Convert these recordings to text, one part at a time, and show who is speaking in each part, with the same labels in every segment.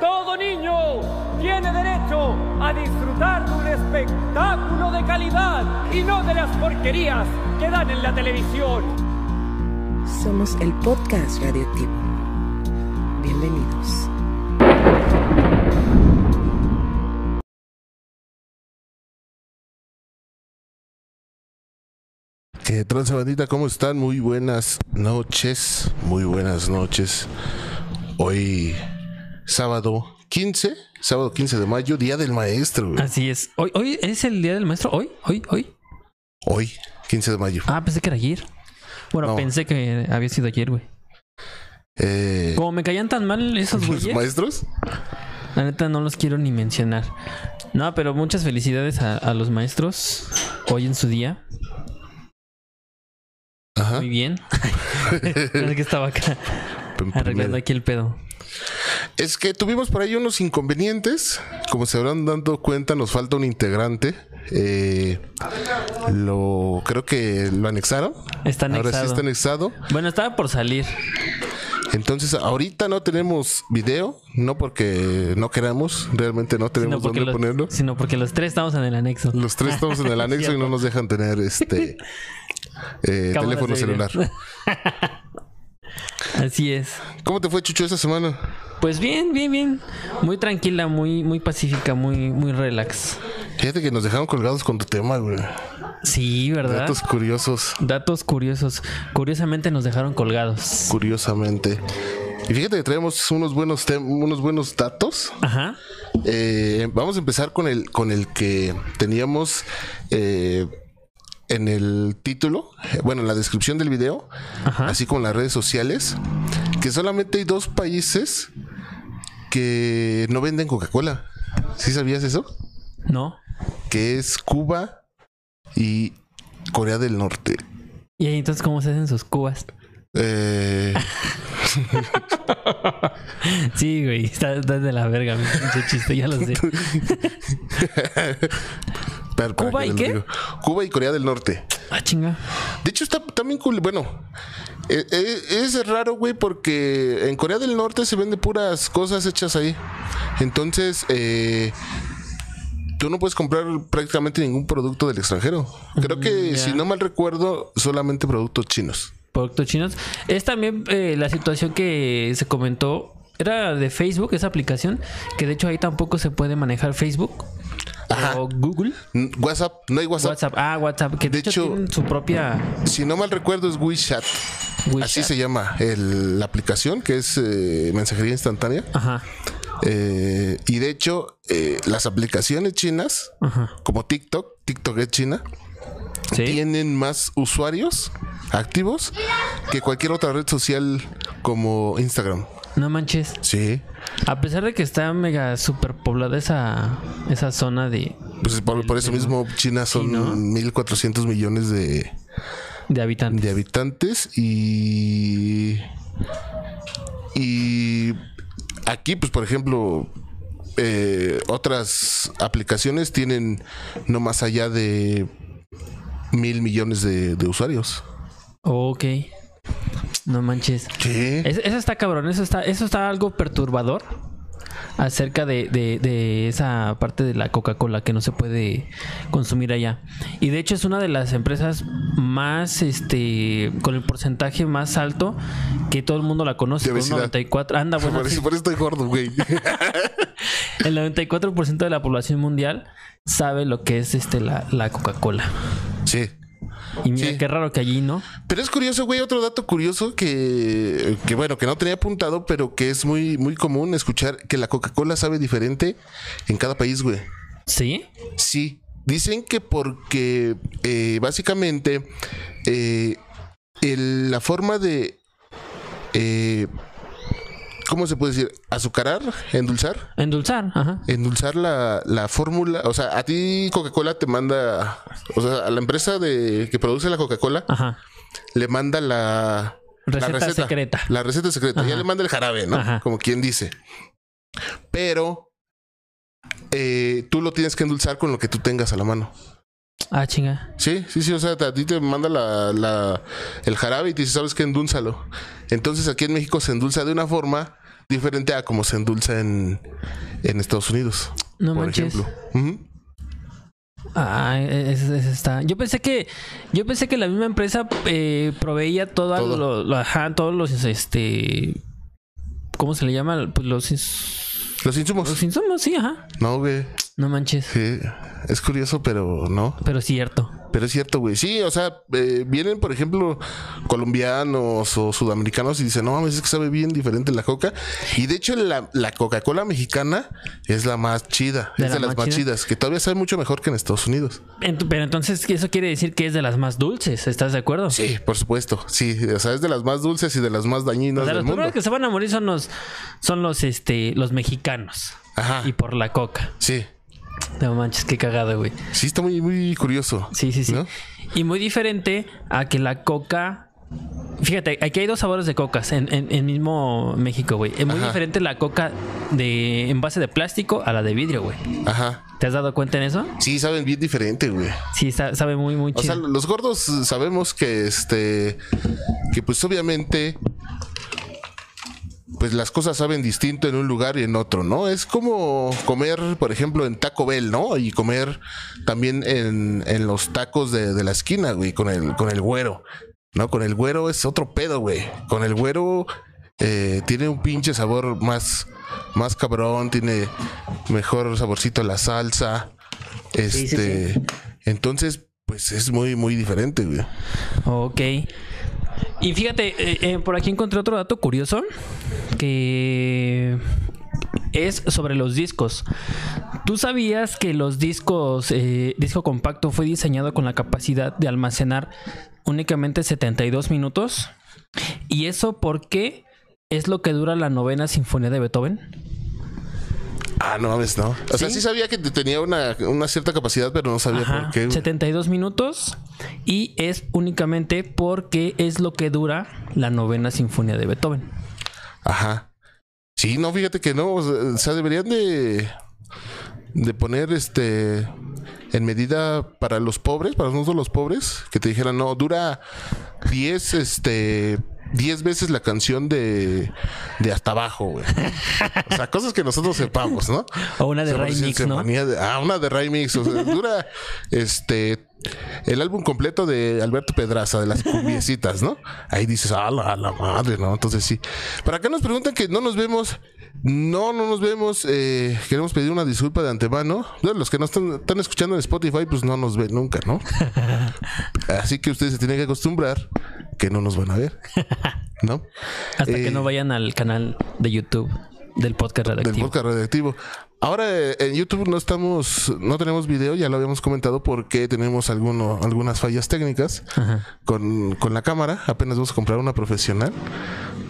Speaker 1: todo niño tiene derecho a disfrutar de un espectáculo de calidad y no de las porquerías que dan en la televisión.
Speaker 2: Somos el podcast radioactivo. Bienvenidos.
Speaker 3: ¿Qué Eh, tranza bandita? ¿Cómo están? Muy buenas noches, muy buenas noches. Hoy sábado 15, sábado 15 de mayo, Día del Maestro. güey.
Speaker 4: Así es. Hoy, hoy es el día del maestro. Hoy, hoy, hoy.
Speaker 3: Hoy, 15 de mayo.
Speaker 4: Ah, pensé que era ayer. Bueno,
Speaker 3: No.
Speaker 4: pensé que había sido ayer, güey.
Speaker 3: Eh,
Speaker 4: Como me caían tan mal esos
Speaker 3: ¿Los
Speaker 4: güeyes,
Speaker 3: maestros?
Speaker 4: la neta no los quiero ni mencionar. No, pero muchas felicidades a, a los maestros hoy en su día.
Speaker 3: Ajá.
Speaker 4: Muy bien. es que estaba acá arreglando Ah, aquí el pedo.
Speaker 3: Es que tuvimos por ahí unos inconvenientes. Como se habrán dado cuenta, nos falta un integrante. Eh, lo creo que lo anexaron.
Speaker 4: Está
Speaker 3: Ahora sí
Speaker 4: anexado.
Speaker 3: está anexado.
Speaker 4: Bueno, estaba por salir.
Speaker 3: Entonces, ahorita no tenemos video, no porque no queramos, realmente no
Speaker 4: Sino
Speaker 3: tenemos
Speaker 4: porque,
Speaker 3: dónde
Speaker 4: los,
Speaker 3: ponerlo.
Speaker 4: sino porque los tres estamos en el anexo.
Speaker 3: Los tres estamos en el anexo y no nos dejan tener este eh,
Speaker 4: Cámaras
Speaker 3: teléfono
Speaker 4: de video.
Speaker 3: celular.
Speaker 4: Así es.
Speaker 3: ¿Cómo te fue, Chucho, esa semana?
Speaker 4: Pues bien, bien, bien. Muy tranquila, muy, muy pacífica, muy, muy relax.
Speaker 3: Fíjate que nos dejaron colgados con tu tema, güey.
Speaker 4: Sí, ¿verdad?
Speaker 3: Datos curiosos,
Speaker 4: Datos, curiosos. Curiosamente nos dejaron colgados.
Speaker 3: curiosamente. Y fíjate que traemos unos buenos tem- unos buenos datos.
Speaker 4: Ajá.
Speaker 3: Eh, vamos a empezar con el con el que teníamos eh, en el título, eh, bueno, en la descripción del video,
Speaker 4: Ajá.
Speaker 3: así como en las redes sociales, que solamente hay dos países que no venden Coca-Cola. ¿Sí sabías eso?
Speaker 4: ¿No?
Speaker 3: Que es Cuba y Corea del Norte.
Speaker 4: ¿Y ahí entonces cómo se hacen sus cubas?
Speaker 3: Eh,
Speaker 4: Sí, güey. Estás de la verga, mi pinche chiste, ya lo sé.
Speaker 3: pero para
Speaker 4: ¿Cuba
Speaker 3: que
Speaker 4: y
Speaker 3: les
Speaker 4: qué?
Speaker 3: digo. Cuba y Corea del Norte.
Speaker 4: Ah, chinga.
Speaker 3: De hecho, está también cool. Bueno, eh, eh, es raro, güey, porque en Corea del Norte se vende puras cosas hechas ahí. Entonces, eh, tú no puedes comprar prácticamente ningún producto del extranjero. Creo que,
Speaker 4: Mm, ya.
Speaker 3: si no mal recuerdo, solamente productos chinos.
Speaker 4: Productos chinos. Es también eh, la situación que se comentó. Era de Facebook, esa aplicación. Que de hecho ahí tampoco se puede manejar Facebook.
Speaker 3: Ajá.
Speaker 4: O Google.
Speaker 3: N- WhatsApp, no hay WhatsApp.
Speaker 4: WhatsApp. Ah, WhatsApp. Que de,
Speaker 3: De
Speaker 4: hecho,
Speaker 3: hecho-
Speaker 4: tienen su propia
Speaker 3: Si no mal recuerdo, es WeChat.
Speaker 4: WeChat.
Speaker 3: Así se llama el- la aplicación, que es eh, mensajería instantánea.
Speaker 4: Ajá.
Speaker 3: Eh, y de hecho, eh, las aplicaciones chinas,
Speaker 4: Ajá.
Speaker 3: como TikTok, TikTok es china,
Speaker 4: Sí.
Speaker 3: tienen más usuarios activos que cualquier otra red social como Instagram.
Speaker 4: No manches.
Speaker 3: Sí.
Speaker 4: A pesar de que está mega super poblada esa, esa zona de,
Speaker 3: Pues por, por eso mismo China son
Speaker 4: Sí, ¿no?
Speaker 3: 1.400 millones de,
Speaker 4: de habitantes.
Speaker 3: de habitantes y... Y aquí, pues por ejemplo, eh, otras aplicaciones tienen no más allá de mil millones de, de usuarios.
Speaker 4: Ok. No manches.
Speaker 3: ¿Qué?
Speaker 4: Es- eso está cabrón, eso está, eso está algo perturbador acerca de, de- de esa parte de la Coca-Cola que no se puede consumir allá. Y de hecho es una de las empresas más, este, con el porcentaje más alto que todo el mundo la conoce.
Speaker 3: De
Speaker 4: con un
Speaker 3: obesidad.
Speaker 4: 94, anda, bueno,
Speaker 3: por,
Speaker 4: sí.
Speaker 3: eso, por eso estoy gordo, güey.
Speaker 4: El 94% de la población mundial sabe lo que es este la, la Coca-Cola.
Speaker 3: sí.
Speaker 4: Y mira
Speaker 3: Sí.
Speaker 4: qué raro que allí no.
Speaker 3: Pero es curioso, güey, otro dato curioso que, que, bueno, que no tenía apuntado, pero que es muy, muy común escuchar que la Coca-Cola sabe diferente en cada país, güey.
Speaker 4: ¿Sí?
Speaker 3: Sí, dicen que porque eh, básicamente eh, el- la forma de, eh, ¿cómo se puede decir? Azucarar, endulzar.
Speaker 4: Endulzar, ajá.
Speaker 3: endulzar la, la fórmula. O sea, a ti Coca-Cola te manda. O sea, a la empresa de, que produce la Coca-Cola
Speaker 4: Ajá.
Speaker 3: le manda la. la
Speaker 4: Receta secreta.
Speaker 3: La receta secreta. Ya
Speaker 4: Ajá.
Speaker 3: le manda el jarabe, ¿no?
Speaker 4: Ajá.
Speaker 3: Como quien dice. Pero. eh, tú lo tienes que endulzar con lo que tú tengas a la mano.
Speaker 4: Ah, chinga.
Speaker 3: Sí, sí, sí, o sea, a ti te manda la, la- el jarabe y te dice, ¿sabes qué? Endúlzalo. Entonces aquí en México se endulza de una forma diferente a como se endulza en, en Estados Unidos.
Speaker 4: No
Speaker 3: por
Speaker 4: manches.
Speaker 3: ejemplo. Ujú.
Speaker 4: Ah, ese, ese está. Yo pensé que, yo pensé que la misma empresa eh, proveía todo,
Speaker 3: Todo.
Speaker 4: lo- lo- ajá, todos los, este, ¿cómo se le llama? Pues los, ins-
Speaker 3: Los insumos.
Speaker 4: los insumos, sí, ajá.
Speaker 3: No, güey.
Speaker 4: No manches.
Speaker 3: Sí, es curioso, pero no.
Speaker 4: Pero es cierto.
Speaker 3: Pero es cierto, güey. Sí, o sea, eh, vienen, por ejemplo, colombianos o sudamericanos y dicen, no mames, es que sabe bien diferente la coca. Y de hecho, la, la Coca-Cola mexicana es la más chida,
Speaker 4: ¿De
Speaker 3: es
Speaker 4: la
Speaker 3: de las
Speaker 4: más
Speaker 3: más
Speaker 4: chida?
Speaker 3: chidas, que todavía sabe mucho mejor que en Estados Unidos.
Speaker 4: Ent- pero entonces eso quiere decir que es de las más dulces, ¿estás de acuerdo?
Speaker 3: Sí, por supuesto. Sí, o sea, es de las más dulces y de las más
Speaker 4: O
Speaker 3: dañinas
Speaker 4: sea,
Speaker 3: del
Speaker 4: los
Speaker 3: mundo.
Speaker 4: primeros que se van a morir son los, son los, este, los mexicanos.
Speaker 3: Ajá.
Speaker 4: Y por la coca.
Speaker 3: Sí,
Speaker 4: No manches, qué cagado, güey.
Speaker 3: sí, está muy, muy curioso.
Speaker 4: Sí, sí, sí.
Speaker 3: ¿No?
Speaker 4: Y muy diferente a que la coca. Fíjate, aquí hay dos sabores de cocas en, en, en mismo México, güey. Es muy
Speaker 3: Ajá.
Speaker 4: diferente la coca de envase de plástico a la de vidrio, güey.
Speaker 3: Ajá.
Speaker 4: ¿Te has dado cuenta en eso?
Speaker 3: Sí, saben bien diferente, güey.
Speaker 4: Sí, sa- sabe muy, muy
Speaker 3: O sea,
Speaker 4: chido.
Speaker 3: los gordos eh, sabemos que este que pues obviamente pues las cosas saben distinto en un lugar y en otro, ¿no? Es como comer, por ejemplo, en Taco Bell, ¿no? Y comer también en, en los tacos de, de la esquina, güey, con el, con el güero. No, con el güero es otro pedo, güey. Con el güero eh, tiene un pinche sabor más, más cabrón, tiene mejor saborcito la salsa.
Speaker 4: Sí, sí,
Speaker 3: Este, entonces, pues es muy, muy diferente, güey.
Speaker 4: Ok. Y fíjate, eh, eh, por aquí encontré otro dato curioso que es sobre los discos. ¿Tú sabías que los discos, eh, disco compacto fue diseñado con la capacidad de almacenar únicamente 72 minutos? ¿Y eso por qué es lo que dura la novena sinfonía de Beethoven?
Speaker 3: Ah, no mames, no. O sea,
Speaker 4: Sí.
Speaker 3: sí sabía que te- tenía una, una cierta capacidad, pero no sabía
Speaker 4: Ajá,
Speaker 3: por qué. güey.
Speaker 4: 72 minutos y es únicamente porque es lo que dura la novena sinfonía de Beethoven.
Speaker 3: Ajá. Sí, no, fíjate que no. O sea, deberían de, de poner este en medida para los pobres, para nosotros los pobres, que te dijeran, no, dura 10, este, 10 veces la canción de, de hasta abajo, güey. O sea, cosas que nosotros sepamos, ¿no?
Speaker 4: O una de
Speaker 3: Seguro
Speaker 4: Ray
Speaker 3: sí,
Speaker 4: Mix,
Speaker 3: se
Speaker 4: ¿no?
Speaker 3: manía de- ah, una de Ray Mix. O sea, dura este el álbum completo de Alberto Pedraza, de las cumbiecitas, ¿no? Ahí dices, a la, la madre, ¿no? Entonces sí. Para acá nos preguntan que no nos vemos. No, no nos vemos. eh, queremos pedir una disculpa de antemano. Bueno, Los que nos están, están escuchando en Spotify, pues no nos ven nunca, ¿no? Así que ustedes se tienen que acostumbrar que no nos van a ver, ¿no?
Speaker 4: Hasta que
Speaker 3: Eh,
Speaker 4: no vayan al canal de YouTube del podcast
Speaker 3: Del
Speaker 4: radioactivo.
Speaker 3: podcast radioactivo. Ahora eh, en YouTube no estamos, no tenemos video, ya lo habíamos comentado porque tenemos alguno, algunas fallas técnicas
Speaker 4: Ajá.
Speaker 3: con, con la cámara. Apenas vamos a comprar una profesional.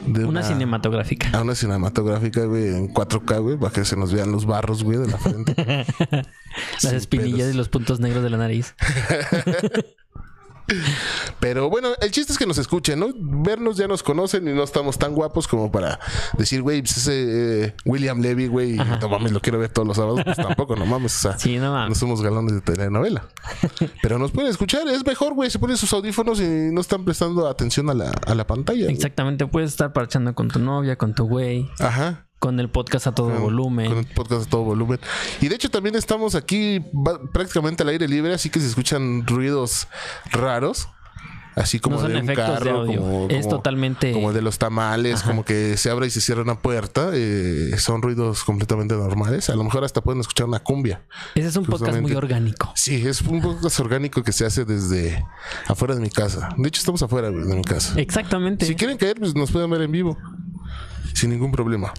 Speaker 3: De
Speaker 4: Una cinematográfica.
Speaker 3: a una cinematográfica, güey, en 4K, güey, para que se nos vean los barros, güey, de la frente.
Speaker 4: Las espinillas
Speaker 3: pedos.
Speaker 4: y los puntos negros de la nariz.
Speaker 3: Pero bueno, el chiste es que nos escuchen, ¿no? Vernos ya nos conocen y no estamos tan guapos como para decir, güey, pues ese eh, William Levy, güey, no mames, lo quiero ver todos los sábados. Pues tampoco, no mames. O sea,
Speaker 4: Sí, no mames.
Speaker 3: no somos galones de telenovela. Pero nos pueden escuchar, es mejor, güey. Se ponen sus audífonos y no están prestando atención a la, a la pantalla. güey.
Speaker 4: Exactamente, puedes estar parchando con tu novia, con tu güey,
Speaker 3: Ajá.
Speaker 4: con el podcast a todo volumen.
Speaker 3: Con el podcast a todo volumen. Y de hecho también estamos aquí va- prácticamente al aire libre, así que se escuchan ruidos raros. Así como
Speaker 4: No son
Speaker 3: de un
Speaker 4: efectos de
Speaker 3: carro,
Speaker 4: audio.
Speaker 3: como,
Speaker 4: Es
Speaker 3: como-
Speaker 4: totalmente-
Speaker 3: como de los tamales, como que se abre y se cierra una puerta. eh, son ruidos completamente normales. A lo mejor hasta pueden escuchar una cumbia.
Speaker 4: Ese es un podcast muy
Speaker 3: justamente.
Speaker 4: orgánico.
Speaker 3: Sí, es un podcast orgánico que se hace desde afuera de mi casa. De hecho, estamos afuera güey, de mi casa.
Speaker 4: Exactamente.
Speaker 3: Si quieren caer, pues nos pueden ver en vivo. Sin ningún problema.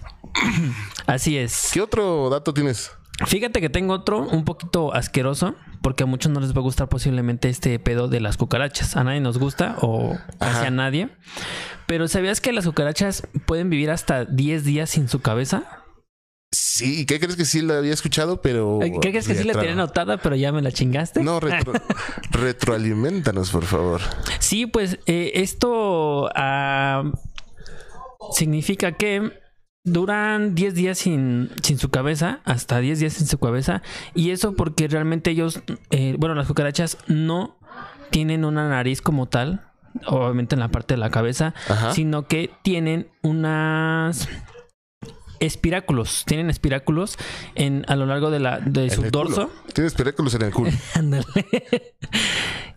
Speaker 4: Así es.
Speaker 3: ¿Qué otro dato tienes?
Speaker 4: Fíjate que tengo otro un poquito asqueroso, porque a muchos no les va a gustar posiblemente este pedo de las cucarachas. A nadie nos gusta o casi
Speaker 3: Ajá.
Speaker 4: a nadie. Pero ¿sabías que las cucarachas pueden vivir hasta 10 días sin su cabeza?
Speaker 3: Sí, ¿qué crees que sí la había escuchado? Pero.
Speaker 4: Eh, ¿Qué crees que sí la
Speaker 3: retro-
Speaker 4: tenía anotada, pero ya me la chingaste?
Speaker 3: Oh, No, retro- retroalimentanos, por favor.
Speaker 4: Sí, pues eh, esto ah, significa que duran 10 días sin, sin su cabeza, hasta 10 días sin su cabeza, y eso porque realmente ellos, eh, bueno, las cucarachas no tienen una nariz como tal, obviamente en la parte de la cabeza,
Speaker 3: Ajá.
Speaker 4: sino que tienen unas espiráculos, tienen espiráculos en, a lo largo de, la, de su
Speaker 3: el
Speaker 4: dorso.
Speaker 3: culo. Tienes piráculos en el culo.
Speaker 4: Ándale.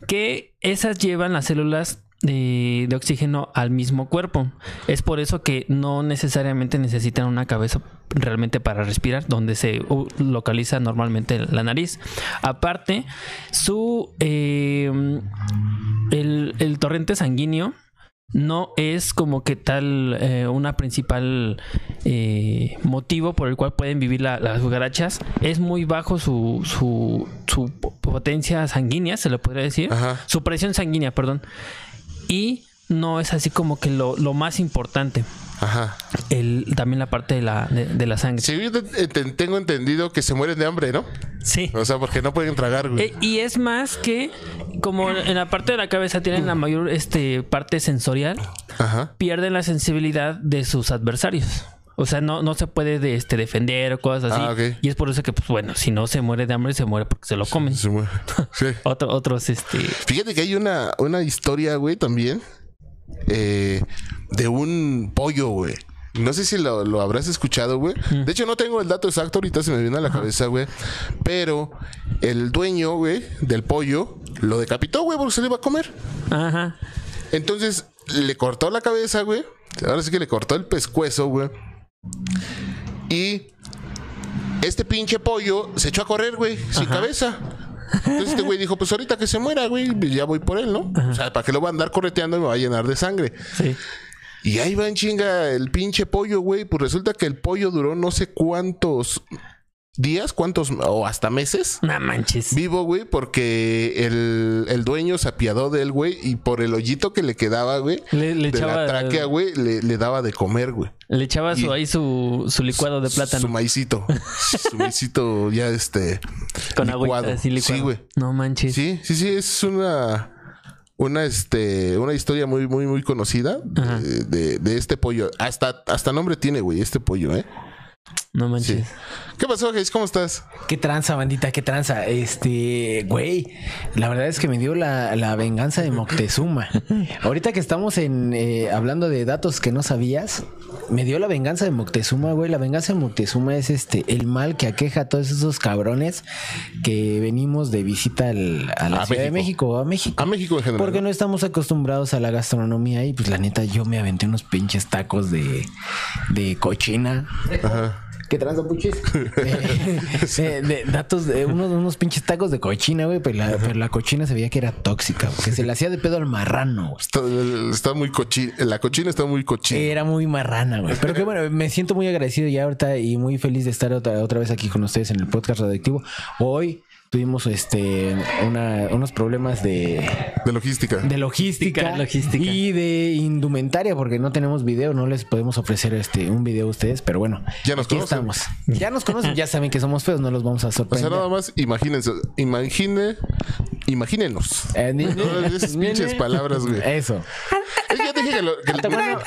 Speaker 4: que esas llevan las células de, de oxígeno al mismo cuerpo. Es por eso que no necesariamente necesitan una cabeza realmente para respirar, donde se u- localiza normalmente la nariz. Aparte, su eh, el, el torrente sanguíneo no es como que tal eh, una principal eh, motivo por el cual pueden vivir la- las cucarachas. Es muy bajo su, su, su potencia sanguínea, se lo podría decir.
Speaker 3: Ajá.
Speaker 4: Su presión sanguínea, perdón. Y no es así como que lo, lo más importante.
Speaker 3: Ajá.
Speaker 4: El, también la parte de la, de, de la sangre.
Speaker 3: Sí, yo te- eh, te- tengo entendido que se mueren de hambre, ¿no?
Speaker 4: Sí.
Speaker 3: O sea, porque no pueden tragar, güey.
Speaker 4: Eh, y es más que como en la parte de la cabeza tienen la mayor este, parte sensorial,
Speaker 3: Ajá.
Speaker 4: pierden la sensibilidad de sus adversarios. O sea, no, no se puede de, este, defender o cosas así.
Speaker 3: Ah, ok.
Speaker 4: Y es por eso que, pues bueno, si no se muere de hambre, se muere porque se lo comen.
Speaker 3: Se muere. Sí.
Speaker 4: Otro- otros, este.
Speaker 3: Fíjate que hay una, una historia, güey, también. eh, de un pollo, güey. No sé si lo, lo habrás escuchado, güey. De hecho, no tengo el dato exacto, ahorita se me viene a la cabeza, güey. Pero el dueño, güey, del pollo, lo decapitó, güey, porque se le iba a comer.
Speaker 4: Ajá.
Speaker 3: Entonces le cortó la cabeza, güey. Ahora sí que le cortó el pescuezo, güey. Y este pinche pollo se echó a correr, güey, sin cabeza. Entonces este güey dijo, pues ahorita que se muera, güey, pues ya voy por él, ¿no? O sea, ¿para qué lo va a andar correteando y me va a llenar de sangre?
Speaker 4: Sí.
Speaker 3: Y ahí va en chinga el pinche pollo, güey. Pues resulta que el pollo duró no sé cuántos días, cuántos, o hasta meses
Speaker 4: No manches.
Speaker 3: vivo, güey, porque el, el dueño se apiadó de él, güey, y por el hoyito que le quedaba, güey,
Speaker 4: Le- le
Speaker 3: de
Speaker 4: echaba-
Speaker 3: la tráquea, güey, le, le daba de comer, güey.
Speaker 4: Le echaba su,
Speaker 3: Y-
Speaker 4: ahí su, su licuado de plátano.
Speaker 3: Su maicito. su maicito ya este.
Speaker 4: con
Speaker 3: licuado.
Speaker 4: agüita así licuado.
Speaker 3: Sí, güey.
Speaker 4: No manches.
Speaker 3: Sí, sí, sí, es una. Una, este, una historia muy, muy, muy conocida
Speaker 4: Ajá.
Speaker 3: de, de- de este pollo. Hasta, hasta nombre tiene, güey, este pollo, ¿eh?
Speaker 4: No
Speaker 3: Sí.
Speaker 4: manches.
Speaker 3: ¿Qué pasó, Geis? ¿Cómo estás?
Speaker 5: Qué tranza, bandita, qué tranza. Este, güey, la verdad es que me dio la, la venganza de Moctezuma. Ahorita que estamos en eh, hablando de datos que no sabías, me dio la venganza de Moctezuma, güey. La venganza de Moctezuma es este el mal que aqueja a todos esos cabrones que venimos de visita al- a la
Speaker 3: A
Speaker 5: Ciudad de México, a México.
Speaker 3: A México en general.
Speaker 5: Porque no estamos acostumbrados a la gastronomía y pues la neta yo me aventé unos pinches tacos de, de cochina. ¿Qué tranza, puchis? De, de- eh, de datos de unos, unos pinches tacos de cochina, güey. Pero la, pero la cochina se veía que era tóxica, güey, que se le hacía de pedo al marrano. güey.
Speaker 3: Está, está muy cochina. La cochina está muy cochina.
Speaker 5: Era muy marrana, güey. Pero que bueno, me siento muy agradecido ya ahorita y muy feliz de estar otra, otra vez aquí con ustedes en el podcast radioactivo. Hoy tuvimos este una- unos problemas de,
Speaker 3: De logística.
Speaker 5: de logística,
Speaker 4: Logística.
Speaker 5: y de indumentaria, porque no tenemos video, no les podemos ofrecer este un video a ustedes, pero bueno,
Speaker 3: Ya nos
Speaker 5: aquí
Speaker 3: conocen.
Speaker 5: estamos. Ya nos conocen, ya saben que somos feos, no los vamos a
Speaker 3: O sea,
Speaker 5: sorprender.
Speaker 3: nada más, imagínense, imagine, imagínenos.
Speaker 5: Eh, ni-
Speaker 3: No, esas pinches palabras, güey.
Speaker 5: Eso.
Speaker 3: Es que ya dije que, lo- que-
Speaker 5: Atacuanana.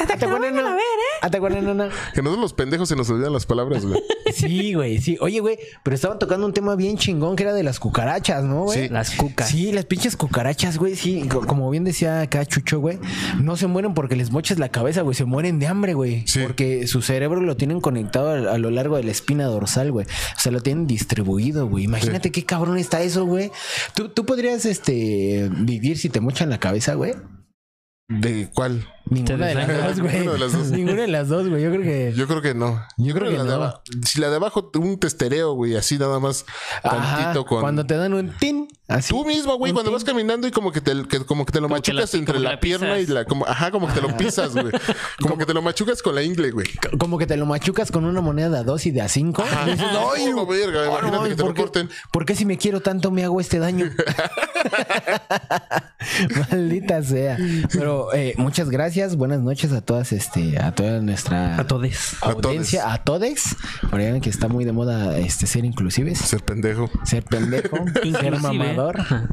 Speaker 5: Atacuanana.
Speaker 3: que nosotros los pendejos se nos olvidan las palabras, güey.
Speaker 5: Sí, güey, sí. Oye, güey, pero estaban tocando un tema bien chingón que era de las cucarachas, ¿no, güey?
Speaker 3: Sí.
Speaker 4: Las cucas.
Speaker 5: Sí, las pinches cucarachas, güey. Sí, co- como bien decía acá Chucho, güey. No se mueren porque les moches la cabeza, güey. Se mueren de hambre, güey.
Speaker 3: Sí.
Speaker 5: Porque su cerebro lo tienen conectado a, a lo largo de la espina dorsal, güey. O sea, lo tienen distribuido, güey. Imagínate qué cabrón está eso, güey. ¿Tú, tú podrías este, vivir si te mochan la cabeza, güey.
Speaker 3: ¿De cuál?
Speaker 5: Ninguna de las
Speaker 4: desangras.
Speaker 5: dos, güey.
Speaker 3: Ninguna de las dos.
Speaker 5: Ninguna de las dos, güey. Yo creo que.
Speaker 3: Yo creo que no.
Speaker 5: Yo creo que
Speaker 3: la de
Speaker 5: no.
Speaker 3: aba- si la de abajo, un testereo, güey, así nada más.
Speaker 5: Ajá,
Speaker 3: Tantito con.
Speaker 5: Cuando te dan un tin, así.
Speaker 3: Tú mismo, güey,
Speaker 5: Un
Speaker 3: cuando
Speaker 5: tin.
Speaker 3: vas caminando y como que te, que- como que te lo
Speaker 4: Como que
Speaker 3: machucas
Speaker 4: la-
Speaker 3: entre
Speaker 4: como que
Speaker 3: la,
Speaker 4: la
Speaker 3: pierna y
Speaker 4: pisas.
Speaker 3: la. Como, ajá, como que te lo pisas, güey. Como que te lo machucas con la ingle, güey.
Speaker 5: Como que te lo machucas con una moneda de a dos y de a cinco. Y dices,
Speaker 3: No,
Speaker 5: "Ay,
Speaker 3: no, verga,
Speaker 5: ay,
Speaker 3: imagínate
Speaker 5: ay,
Speaker 3: que te lo
Speaker 5: ¿por qué-
Speaker 3: corten".
Speaker 5: ¿Por qué si me quiero tanto me hago este daño? Maldita sea. Pero eh, muchas gracias, buenas noches a todas, este, a toda nuestra
Speaker 4: A todes.
Speaker 3: A
Speaker 5: audiencia, a todes. Ahora ya ven que está muy de moda este ser inclusives,
Speaker 3: Ser pendejo.
Speaker 5: ser pendejo,
Speaker 4: Inclusive.
Speaker 5: ser mamador.
Speaker 4: Ajá.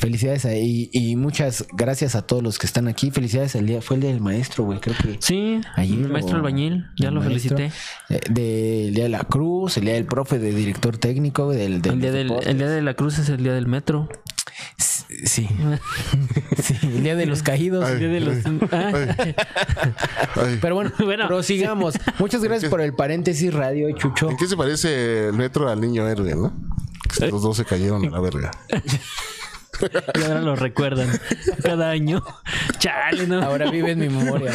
Speaker 5: Felicidades ahí y muchas gracias a todos los que están aquí. Felicidades el día, fue el día del maestro, güey, creo que.
Speaker 4: Sí,
Speaker 5: Ayer,
Speaker 4: mi maestro
Speaker 5: o-
Speaker 4: albañil, ya
Speaker 5: el
Speaker 4: lo
Speaker 5: maestro,
Speaker 4: felicité.
Speaker 5: eh, del día de la cruz, el día del profe, del director técnico, del, del
Speaker 4: El día, del, el día de la cruz es el día del metro.
Speaker 5: sí. sí, el día de los caídos.
Speaker 4: El día de los... Ah,
Speaker 3: Ay, ay.
Speaker 5: Pero bueno,
Speaker 4: Bueno.
Speaker 5: prosigamos. Muchas gracias por el paréntesis radio, Chucho.
Speaker 3: ¿En qué se parece el metro al niño héroe, no?
Speaker 5: ¿Eh?
Speaker 3: Que Los dos se cayeron a la verga.
Speaker 4: y ahora lo recuerdan cada año. Chale, no.
Speaker 5: Ahora vive en mi memoria.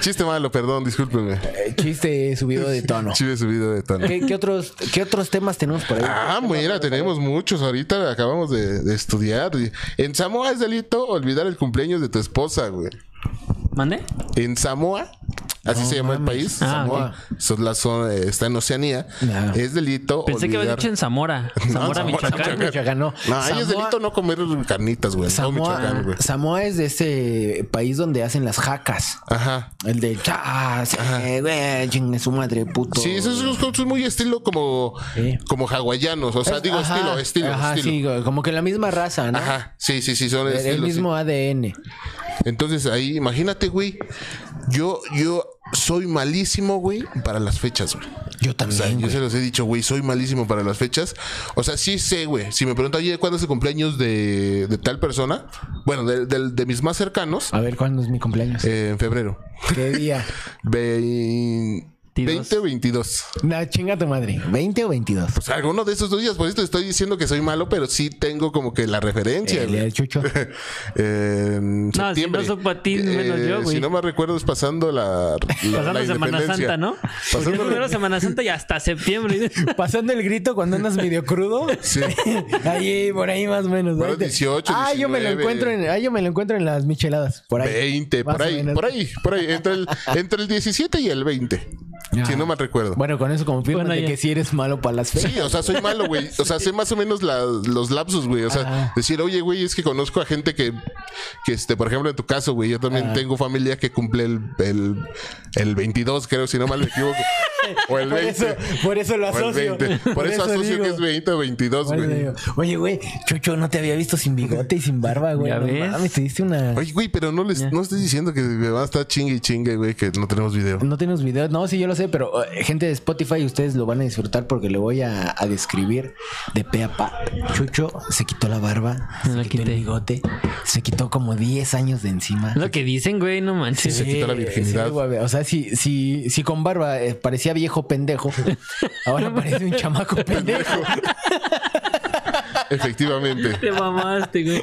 Speaker 3: Chiste malo, perdón, discúlpenme.
Speaker 5: Eh, Chiste subido de tono.
Speaker 3: Chile subido de tan.
Speaker 5: ¿Qué, qué otros, ¿Qué otros temas tenemos por ahí?
Speaker 3: Ah, mira, tenemos muchos. Ahorita acabamos de, de estudiar. En Samoa es delito olvidar el cumpleaños de tu esposa, güey.
Speaker 4: ¿Mande?
Speaker 3: En Samoa, así se llama el país,
Speaker 4: Ah,
Speaker 3: Samoa, son las zo- eh, está en Oceanía,
Speaker 5: Ya.
Speaker 3: es delito
Speaker 4: Pensé que había
Speaker 3: olvidar-
Speaker 4: dicho en Zamora.
Speaker 3: No,
Speaker 4: Zamora,
Speaker 3: Zamora,
Speaker 4: Michoacán.
Speaker 5: Michoacán, no.
Speaker 3: No, ahí es
Speaker 5: Samoa-
Speaker 3: delito no comer carnitas, güey. No, Michoacán,
Speaker 5: Samoa,
Speaker 3: güey.
Speaker 5: Samoa es de ese país donde hacen las jacas.
Speaker 3: Ajá.
Speaker 5: El de "Ah, sí, güey, chingue su madre, puto.
Speaker 3: Sí, eso es, eso es muy estilo como,
Speaker 5: Sí.
Speaker 3: como hawaianos. O sea, digo
Speaker 5: Ajá,
Speaker 3: estilo, estilo,
Speaker 5: Ajá,
Speaker 3: estilo.
Speaker 5: sí, güey, como que la misma raza, ¿no?
Speaker 3: Ajá, sí, sí, sí, son
Speaker 5: El, el
Speaker 3: estilos. sí.
Speaker 5: mismo ADN.
Speaker 3: Entonces ahí, imagínate, güey. Yo, yo soy malísimo, güey, para las fechas, güey.
Speaker 5: Yo
Speaker 3: O sea,
Speaker 5: también,
Speaker 3: yo
Speaker 5: güey.
Speaker 3: se los he dicho, güey, soy malísimo para las fechas. O sea, sí sé, güey. Si me preguntan, oye, ¿cuándo es el cumpleaños de, de tal persona? Bueno, de, del- de mis más cercanos,
Speaker 5: A ver, ¿cuándo es mi cumpleaños?
Speaker 3: eh, en febrero.
Speaker 5: ¿Qué día?
Speaker 3: Vein- 20 o 22.
Speaker 5: No, chinga tu madre. ¿20 o 22?
Speaker 3: Pues alguno de esos dos días. Por eso te estoy diciendo que soy malo, pero sí tengo como que la referencia,
Speaker 5: Eh, El día
Speaker 3: güey.
Speaker 5: del chucho.
Speaker 3: En
Speaker 4: si
Speaker 3: Eh, septiembre. Eh,
Speaker 4: no supo a ti, menos yo, güey.
Speaker 3: Si no me recuerdo, es pasando la. la-
Speaker 4: Pasando
Speaker 3: la
Speaker 4: Semana
Speaker 3: independencia.
Speaker 4: Santa, ¿no? Porque
Speaker 3: Pasando
Speaker 4: primero Semana Santa y hasta septiembre.
Speaker 5: Pasando el grito cuando andas medio crudo.
Speaker 3: Sí.
Speaker 5: Ahí, por ahí más o menos.
Speaker 3: Bueno,
Speaker 5: veinte.
Speaker 3: 18,
Speaker 5: Ah, yo me lo
Speaker 3: 19.
Speaker 5: encuentro en, ah, yo me lo encuentro en las micheladas. Por ahí.
Speaker 3: 20,
Speaker 5: Más
Speaker 3: por
Speaker 5: o
Speaker 3: ahí,
Speaker 5: menos.
Speaker 3: por ahí, por ahí, entre el, entre el 17 y el 20,
Speaker 5: Ya.
Speaker 3: si no me recuerdo.
Speaker 5: Bueno, con eso confirmo
Speaker 4: Bueno,
Speaker 5: de
Speaker 4: ya.
Speaker 5: que si eres malo para las fechas.
Speaker 3: Sí, o sea, soy malo, güey. O sea, sé más o menos la- los lapsos, güey. O sea,
Speaker 5: Ah.
Speaker 3: decir, oye, güey, es que conozco a gente que, que este, por ejemplo, en tu caso, güey, yo también tengo familia que cumple el, el, el 22, creo, si no mal me equivoco. O el
Speaker 5: Por
Speaker 3: 20.
Speaker 5: eso, por eso lo
Speaker 3: o el
Speaker 5: asocio.
Speaker 3: 20. Por, eso, asocio
Speaker 5: digo.
Speaker 3: que es 20 o 22,
Speaker 5: Por eso
Speaker 3: güey.
Speaker 5: digo. Oye, güey, Chucho, no te había visto sin bigote y sin barba, güey.
Speaker 4: ¿Ya
Speaker 5: No
Speaker 4: ves?
Speaker 5: mames, te diste una.
Speaker 3: Oye, güey, pero no les no estoy diciendo que me va a estar chingue y chingue, güey, que no tenemos video.
Speaker 5: No tenemos videos, no, sí, yo lo sé, pero eh, gente de Spotify, ustedes lo van a disfrutar porque lo voy a, a describir de pe a pa. Chucho se quitó la barba,
Speaker 4: Me la
Speaker 5: se quitó
Speaker 4: quité.
Speaker 5: el bigote, se quitó como 10 años de encima.
Speaker 4: Es lo que dicen, güey, no manches.
Speaker 3: se quitó la
Speaker 5: Eh,
Speaker 3: virginidad.
Speaker 5: sí, güey, o sea, si, si, si con barba eh, parecía viejo pendejo, ahora parece un chamaco pendejo.
Speaker 3: Efectivamente.
Speaker 4: Te mamaste, güey.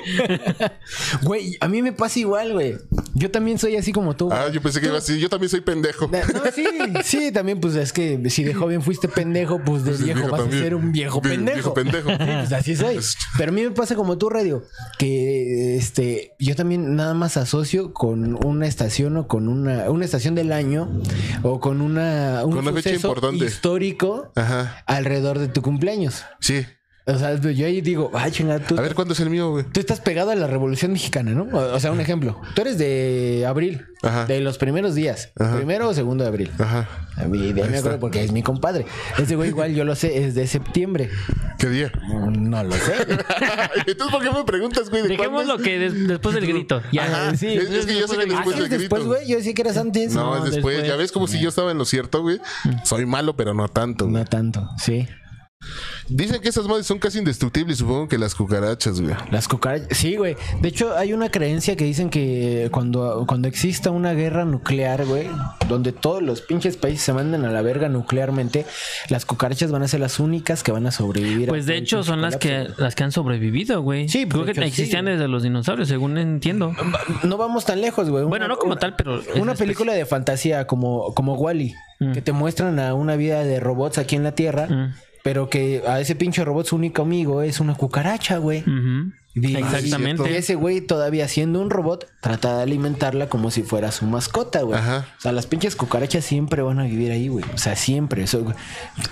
Speaker 5: Güey, a mí me pasa igual, güey. Yo también soy así como tú.
Speaker 3: Ah, yo pensé que iba así. Yo también soy pendejo.
Speaker 5: No, sí, sí, también, pues es que si de joven fuiste pendejo, pues de
Speaker 3: Pues, de
Speaker 5: viejo,
Speaker 3: viejo
Speaker 5: vas
Speaker 3: también.
Speaker 5: a ser un viejo
Speaker 3: De-
Speaker 5: pendejo.
Speaker 3: viejo pendejo.
Speaker 5: Sí, pues así soy. Pero a mí me pasa como tú, radio, que este, yo también nada más asocio con una estación o con una, una estación del año o con una, un
Speaker 3: Con una fecha
Speaker 5: suceso
Speaker 3: importante.
Speaker 5: histórico
Speaker 3: Ajá.
Speaker 5: alrededor de tu cumpleaños.
Speaker 3: Sí.
Speaker 5: O sea, yo ahí digo, ay, chingada, tú,
Speaker 3: A ver cuándo es el mío, güey.
Speaker 5: tú estás pegado a la Revolución Mexicana, ¿no? O, o sea, un ejemplo. Tú eres de abril,
Speaker 3: Ajá.
Speaker 5: de los primeros días,
Speaker 3: Ajá.
Speaker 5: primero o segundo de abril.
Speaker 3: Ajá.
Speaker 5: A mí, de ahí me acuerdo
Speaker 3: está.
Speaker 5: porque es mi compadre. Ese güey igual yo lo sé, es de septiembre.
Speaker 3: ¿Qué día?
Speaker 5: No lo sé.
Speaker 3: Entonces, ¿por qué me preguntas, güey? ¿De cuándo
Speaker 4: Dejemos
Speaker 3: es?
Speaker 4: lo que des- después del grito. Ya.
Speaker 3: Ajá.
Speaker 5: sí,
Speaker 3: es, es que yo sé que después
Speaker 4: después del-
Speaker 5: ¿Ah,
Speaker 3: del
Speaker 5: es
Speaker 3: grito.
Speaker 5: después, güey? Yo decía que eras antes.
Speaker 3: No, es después.
Speaker 4: después.
Speaker 3: Ya ves como si yo estaba en lo cierto, güey.
Speaker 5: Mm.
Speaker 3: Soy malo, pero no tanto. güey.
Speaker 5: No tanto, sí.
Speaker 3: Dicen que esas madres son casi indestructibles, supongo que las cucarachas, güey.
Speaker 5: Las cucarachas. Sí, güey. De hecho, hay una creencia que dicen que cuando, cuando exista una guerra nuclear, güey, donde todos los pinches países se manden a la verga nuclearmente, las cucarachas van a ser las únicas que van a sobrevivir. a
Speaker 4: Pues de
Speaker 5: todo el
Speaker 4: hecho
Speaker 5: pinche
Speaker 4: son las que
Speaker 5: colapso.
Speaker 4: las que han sobrevivido, güey.
Speaker 5: Sí, pues,
Speaker 4: creo
Speaker 5: de
Speaker 4: que
Speaker 5: hecho, sí,
Speaker 4: existían
Speaker 5: güey.
Speaker 4: desde los dinosaurios, según entiendo.
Speaker 5: No vamos tan lejos, güey.
Speaker 4: Bueno,
Speaker 5: Una-
Speaker 4: no como
Speaker 5: una-
Speaker 4: tal, pero es este.
Speaker 5: Una
Speaker 4: especie.
Speaker 5: película de fantasía como, como Wally, que te muestran a una vida de robots aquí en la Tierra,
Speaker 4: Mm.
Speaker 5: pero que a ese pinche robot su único amigo es una cucaracha, güey.
Speaker 4: Ujú.
Speaker 5: Y-
Speaker 4: Mm. Exactamente.
Speaker 5: y ese güey todavía siendo un robot trata de alimentarla como si fuera su mascota, güey.
Speaker 3: Ajá.
Speaker 5: O sea, las pinches cucarachas siempre van a vivir ahí, güey. O sea, siempre. Eso, güey.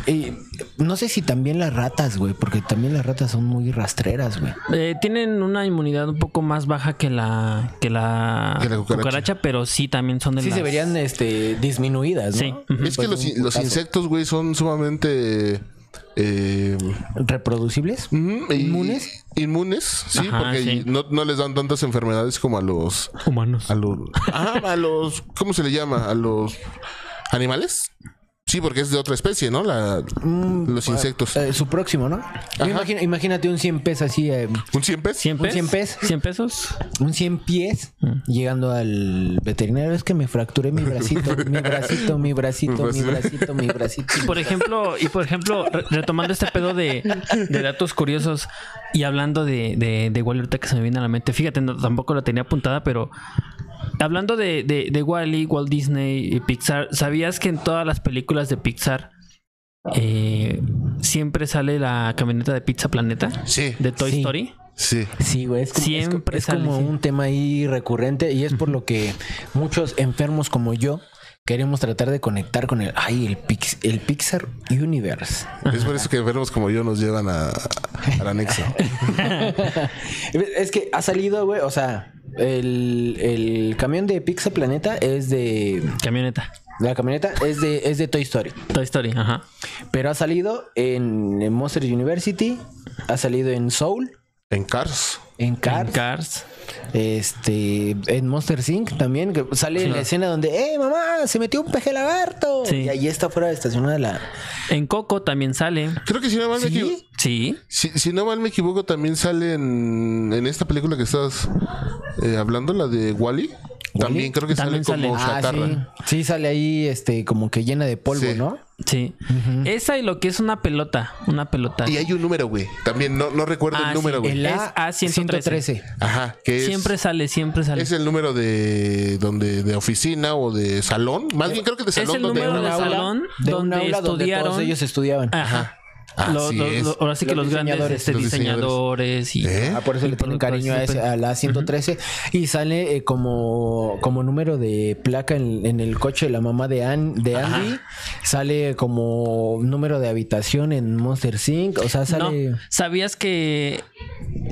Speaker 5: Y no sé si también las ratas, güey, porque también las ratas son muy rastreras, güey.
Speaker 4: Eh, tienen una inmunidad un poco más baja que la que la,
Speaker 3: Que la cucaracha.
Speaker 4: pero sí también son de
Speaker 5: Sí
Speaker 4: las-
Speaker 5: se verían este, disminuidas, ¿no?
Speaker 4: Sí. Ujú.
Speaker 3: Es que los,
Speaker 5: un
Speaker 3: los
Speaker 5: putazo.
Speaker 3: insectos, güey, son sumamente... eh,
Speaker 5: ¿Reproducibles?
Speaker 3: mm, y-
Speaker 5: ¿Inmunes?
Speaker 3: Inmunes, sí,
Speaker 4: Ajá,
Speaker 3: porque
Speaker 4: sí.
Speaker 3: No, no les dan tantas enfermedades como a los...
Speaker 4: humanos.
Speaker 3: A los... Ah, a los... ¿Cómo se le llama? A los... ¿Animales? Sí, porque es de otra especie, ¿no? La- los insectos.
Speaker 5: Eh, su próximo, ¿no? Yo imagino- imagínate un 100 pez así, eh,
Speaker 3: ¿Un cien pez?
Speaker 4: 100
Speaker 5: ¿Un
Speaker 4: pesos.
Speaker 5: 100 pes?
Speaker 4: 100 pesos.
Speaker 5: un 100 pies,
Speaker 4: Mm.
Speaker 5: llegando al veterinario. Es que me fracturé mi bracito, mi bracito, mi bracito, mi bracito, mi bracito.
Speaker 4: Por ejemplo, y por ejemplo, re- retomando este pedo de, de datos curiosos y hablando de, de, de Wall-E ahorita que se me viene a la mente, fíjate, no, tampoco la tenía apuntada, pero hablando de, de, de Wally, Walt Disney y Pixar, ¿sabías que en todas las películas de Pixar eh, siempre sale la camioneta de Pizza Planeta?
Speaker 3: Sí,
Speaker 4: De Toy
Speaker 5: Sí.
Speaker 4: Story.
Speaker 3: sí.
Speaker 5: Sí, güey, es como, es co-
Speaker 4: Siempre
Speaker 5: es como
Speaker 4: sale, sí.
Speaker 5: un tema ahí recurrente y es por lo que muchos enfermos como yo queremos tratar de conectar con el, ay, el, Pix- el Pixar Universe.
Speaker 3: Es por eso que enfermos como yo nos llevan a, al anexo.
Speaker 5: Es que ha salido, güey, o sea, el, el camión de Pixar Planeta es de...
Speaker 4: Camioneta.
Speaker 5: La camioneta es de, es de Toy Story.
Speaker 4: Toy Story, ajá.
Speaker 5: Pero ha salido en, en Monster University, ha salido en Soul,
Speaker 3: En Cars.
Speaker 5: en Cars,
Speaker 4: En Cars.
Speaker 5: este, en Monster Inc. también, que sale en la escena donde, ¡eh, mamá! Se metió un peje lagarto.
Speaker 4: Sí.
Speaker 5: Y ahí está fuera de estacionada la.
Speaker 4: En Coco también sale.
Speaker 3: Creo que si no mal me equivoco.
Speaker 4: Sí.
Speaker 3: Si, si no mal me equivoco, también sale en, en esta película que estás eh, hablando, la de Wally. También creo que
Speaker 4: También
Speaker 3: sale como
Speaker 5: Ah, sí.
Speaker 3: chatarra.
Speaker 5: Sí, sale ahí, este, como que llena de polvo,
Speaker 3: Sí.
Speaker 5: ¿no?
Speaker 4: Sí. Esa y lo que es una pelota. Una pelota.
Speaker 3: Y hay un número, güey. También no, no recuerdo
Speaker 4: Ah,
Speaker 3: el número,
Speaker 4: sí,
Speaker 3: güey.
Speaker 5: El
Speaker 4: Es
Speaker 5: A113.
Speaker 4: A113.
Speaker 3: Ajá, que es,
Speaker 4: Siempre sale, siempre sale.
Speaker 3: es el número de donde de oficina o de salón. Más bien creo que de
Speaker 4: Eh, Es el
Speaker 3: salón donde
Speaker 4: número
Speaker 3: uno-
Speaker 4: de
Speaker 5: Un aula-
Speaker 4: salón
Speaker 5: de un
Speaker 4: donde
Speaker 5: aula donde
Speaker 4: estudiaron-
Speaker 5: todos ellos estudiaban.
Speaker 4: Ajá.
Speaker 3: Así
Speaker 4: Lo- lo-
Speaker 3: es.
Speaker 4: lo- ahora sí que
Speaker 5: Los
Speaker 4: los, grandes
Speaker 5: diseñadores.
Speaker 4: este,
Speaker 3: Los
Speaker 4: diseñadores. y
Speaker 3: ¿Eh?
Speaker 5: Ah, por eso
Speaker 4: y
Speaker 5: le tienen
Speaker 4: productores,
Speaker 5: cariño a, ese-
Speaker 4: sí,
Speaker 5: a la 113 y sale eh, como, como número de placa en, en el coche de la mamá de, An- de Andy, sale como número de habitación en Monster Inc. O sea,
Speaker 4: No,
Speaker 5: ¿Eh? sale
Speaker 4: ¿sabías que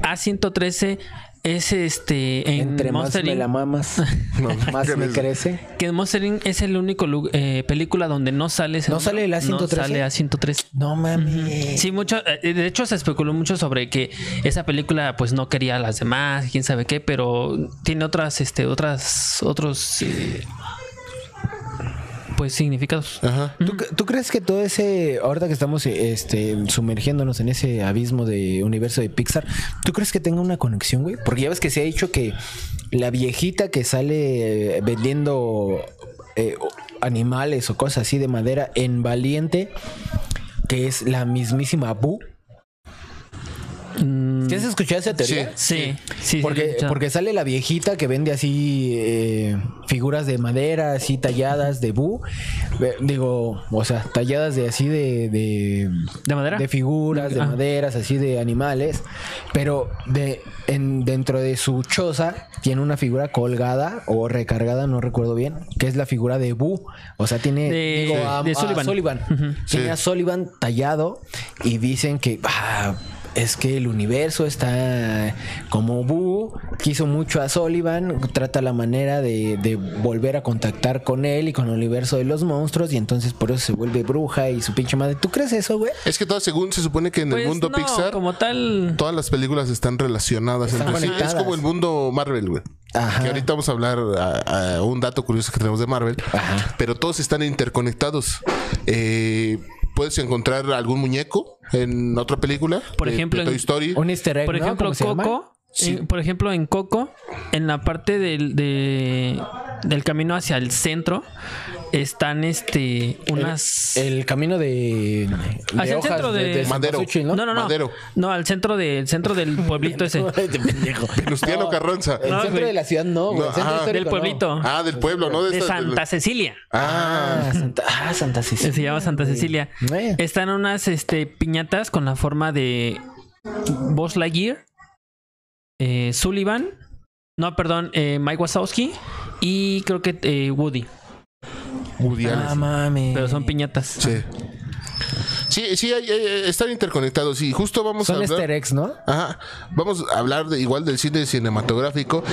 Speaker 4: A113 es este en
Speaker 5: entre más
Speaker 4: Monster
Speaker 5: me
Speaker 4: Inc?
Speaker 5: la mamas, más me crece.
Speaker 4: que en Monster Inc. es el único lu- eh, película donde no sale ese
Speaker 5: ¿No
Speaker 4: número.
Speaker 5: sale el A113?
Speaker 4: No sale A113.
Speaker 5: No mames.
Speaker 4: Sí, mucho. eh, De hecho, se especuló mucho sobre que esa película, pues, no quería a las demás, quién sabe qué, pero tiene otras, este, otras, otros, eh, pues, significados.
Speaker 3: Ajá.
Speaker 5: ¿Tú, cre- tú crees que todo ese, ahorita que estamos eh, este, sumergiéndonos en ese abismo de universo de Pixar, ¿tú crees que tenga una conexión, güey? Porque ya ves que se ha dicho que la viejita que sale eh, vendiendo eh, o- animales o cosas así de madera en Valiente, que es la mismísima Boo.
Speaker 4: Mm,
Speaker 5: ¿Ya has escuchado esa teoría?
Speaker 4: sí, sí, sí, lo he
Speaker 5: Porque,
Speaker 4: escuchado.
Speaker 5: porque sale la viejita que vende así eh, figuras de madera, así talladas de bu. eh, Digo, o sea, talladas de así de. de
Speaker 4: ¿De madera?
Speaker 5: de figuras, de
Speaker 4: Ah.
Speaker 5: maderas, así de animales, pero de en, dentro de su choza tiene una figura colgada o recargada, no recuerdo bien, que es la figura de Bu, o sea, tiene
Speaker 4: De-
Speaker 5: digo, a,
Speaker 4: de
Speaker 5: a Sullivan,
Speaker 4: Sullivan.
Speaker 5: tiene
Speaker 3: Sí.
Speaker 5: a Sullivan tallado y dicen que "Ah, es que el universo está como Bu, quiso mucho a Sullivan, trata la manera de, de volver a contactar con él y con el universo de los monstruos y entonces por eso se vuelve bruja y su pinche madre. ¿Tú crees eso, güey?
Speaker 3: Es que todo según se supone que en
Speaker 4: Pues
Speaker 3: el mundo
Speaker 4: no,
Speaker 3: Pixar
Speaker 4: como tal.
Speaker 3: todas las películas están relacionadas
Speaker 5: Están
Speaker 3: entre sí. Es
Speaker 5: conectadas.
Speaker 3: como el mundo Marvel, güey.
Speaker 5: Ajá.
Speaker 3: Que ahorita vamos a hablar a, a un dato curioso que tenemos de Marvel. Pero todos están interconectados. Eh, puedes encontrar algún muñeco en otra película.
Speaker 4: Por
Speaker 3: de- de
Speaker 4: ejemplo, en-
Speaker 3: Toy Story.
Speaker 5: Un easter egg,
Speaker 4: Por
Speaker 5: ¿no?
Speaker 4: ejemplo,
Speaker 5: ¿Cómo se llama?
Speaker 4: Coco.
Speaker 3: Sí.
Speaker 4: en- por ejemplo, en Coco, en la parte del, de- del camino hacia el centro, están este unas.
Speaker 5: El camino de, de
Speaker 4: Hacia el centro de-
Speaker 3: Madero.
Speaker 5: cempasúchil,
Speaker 4: no, no, no.
Speaker 3: Madero.
Speaker 4: No, al centro del centro del pueblito ese.
Speaker 5: Este pendejo.
Speaker 3: Venustiano
Speaker 5: No,
Speaker 3: Carranza.
Speaker 5: El centro
Speaker 4: güey.
Speaker 5: de la ciudad no, güey.
Speaker 3: No,
Speaker 5: el centro
Speaker 3: ajá.
Speaker 5: histórico
Speaker 4: Del pueblito.
Speaker 3: Ah, del pueblo, ¿no?
Speaker 4: de
Speaker 3: estas-
Speaker 4: Santa Cecilia.
Speaker 3: Ah,
Speaker 5: Ah, Santa, ah, Santa Cecilia.
Speaker 4: Se llama Santa
Speaker 5: güey.
Speaker 4: Cecilia.
Speaker 5: Eh.
Speaker 4: Están unas este, piñatas con la forma de Buzz Lightyear eh, Sullivan. No, perdón, eh, Mike Wazowski y creo que eh, Woody.
Speaker 3: Woody
Speaker 5: Ah,
Speaker 3: Allen.
Speaker 5: mames.
Speaker 4: Pero son piñatas.
Speaker 3: Sí. Sí, sí, hay- hay- están interconectados y justo vamos a
Speaker 5: Son
Speaker 3: hablar...
Speaker 5: Easter eggs, ¿no?
Speaker 3: Ajá. Vamos a hablar de, igual del cine cinematográfico.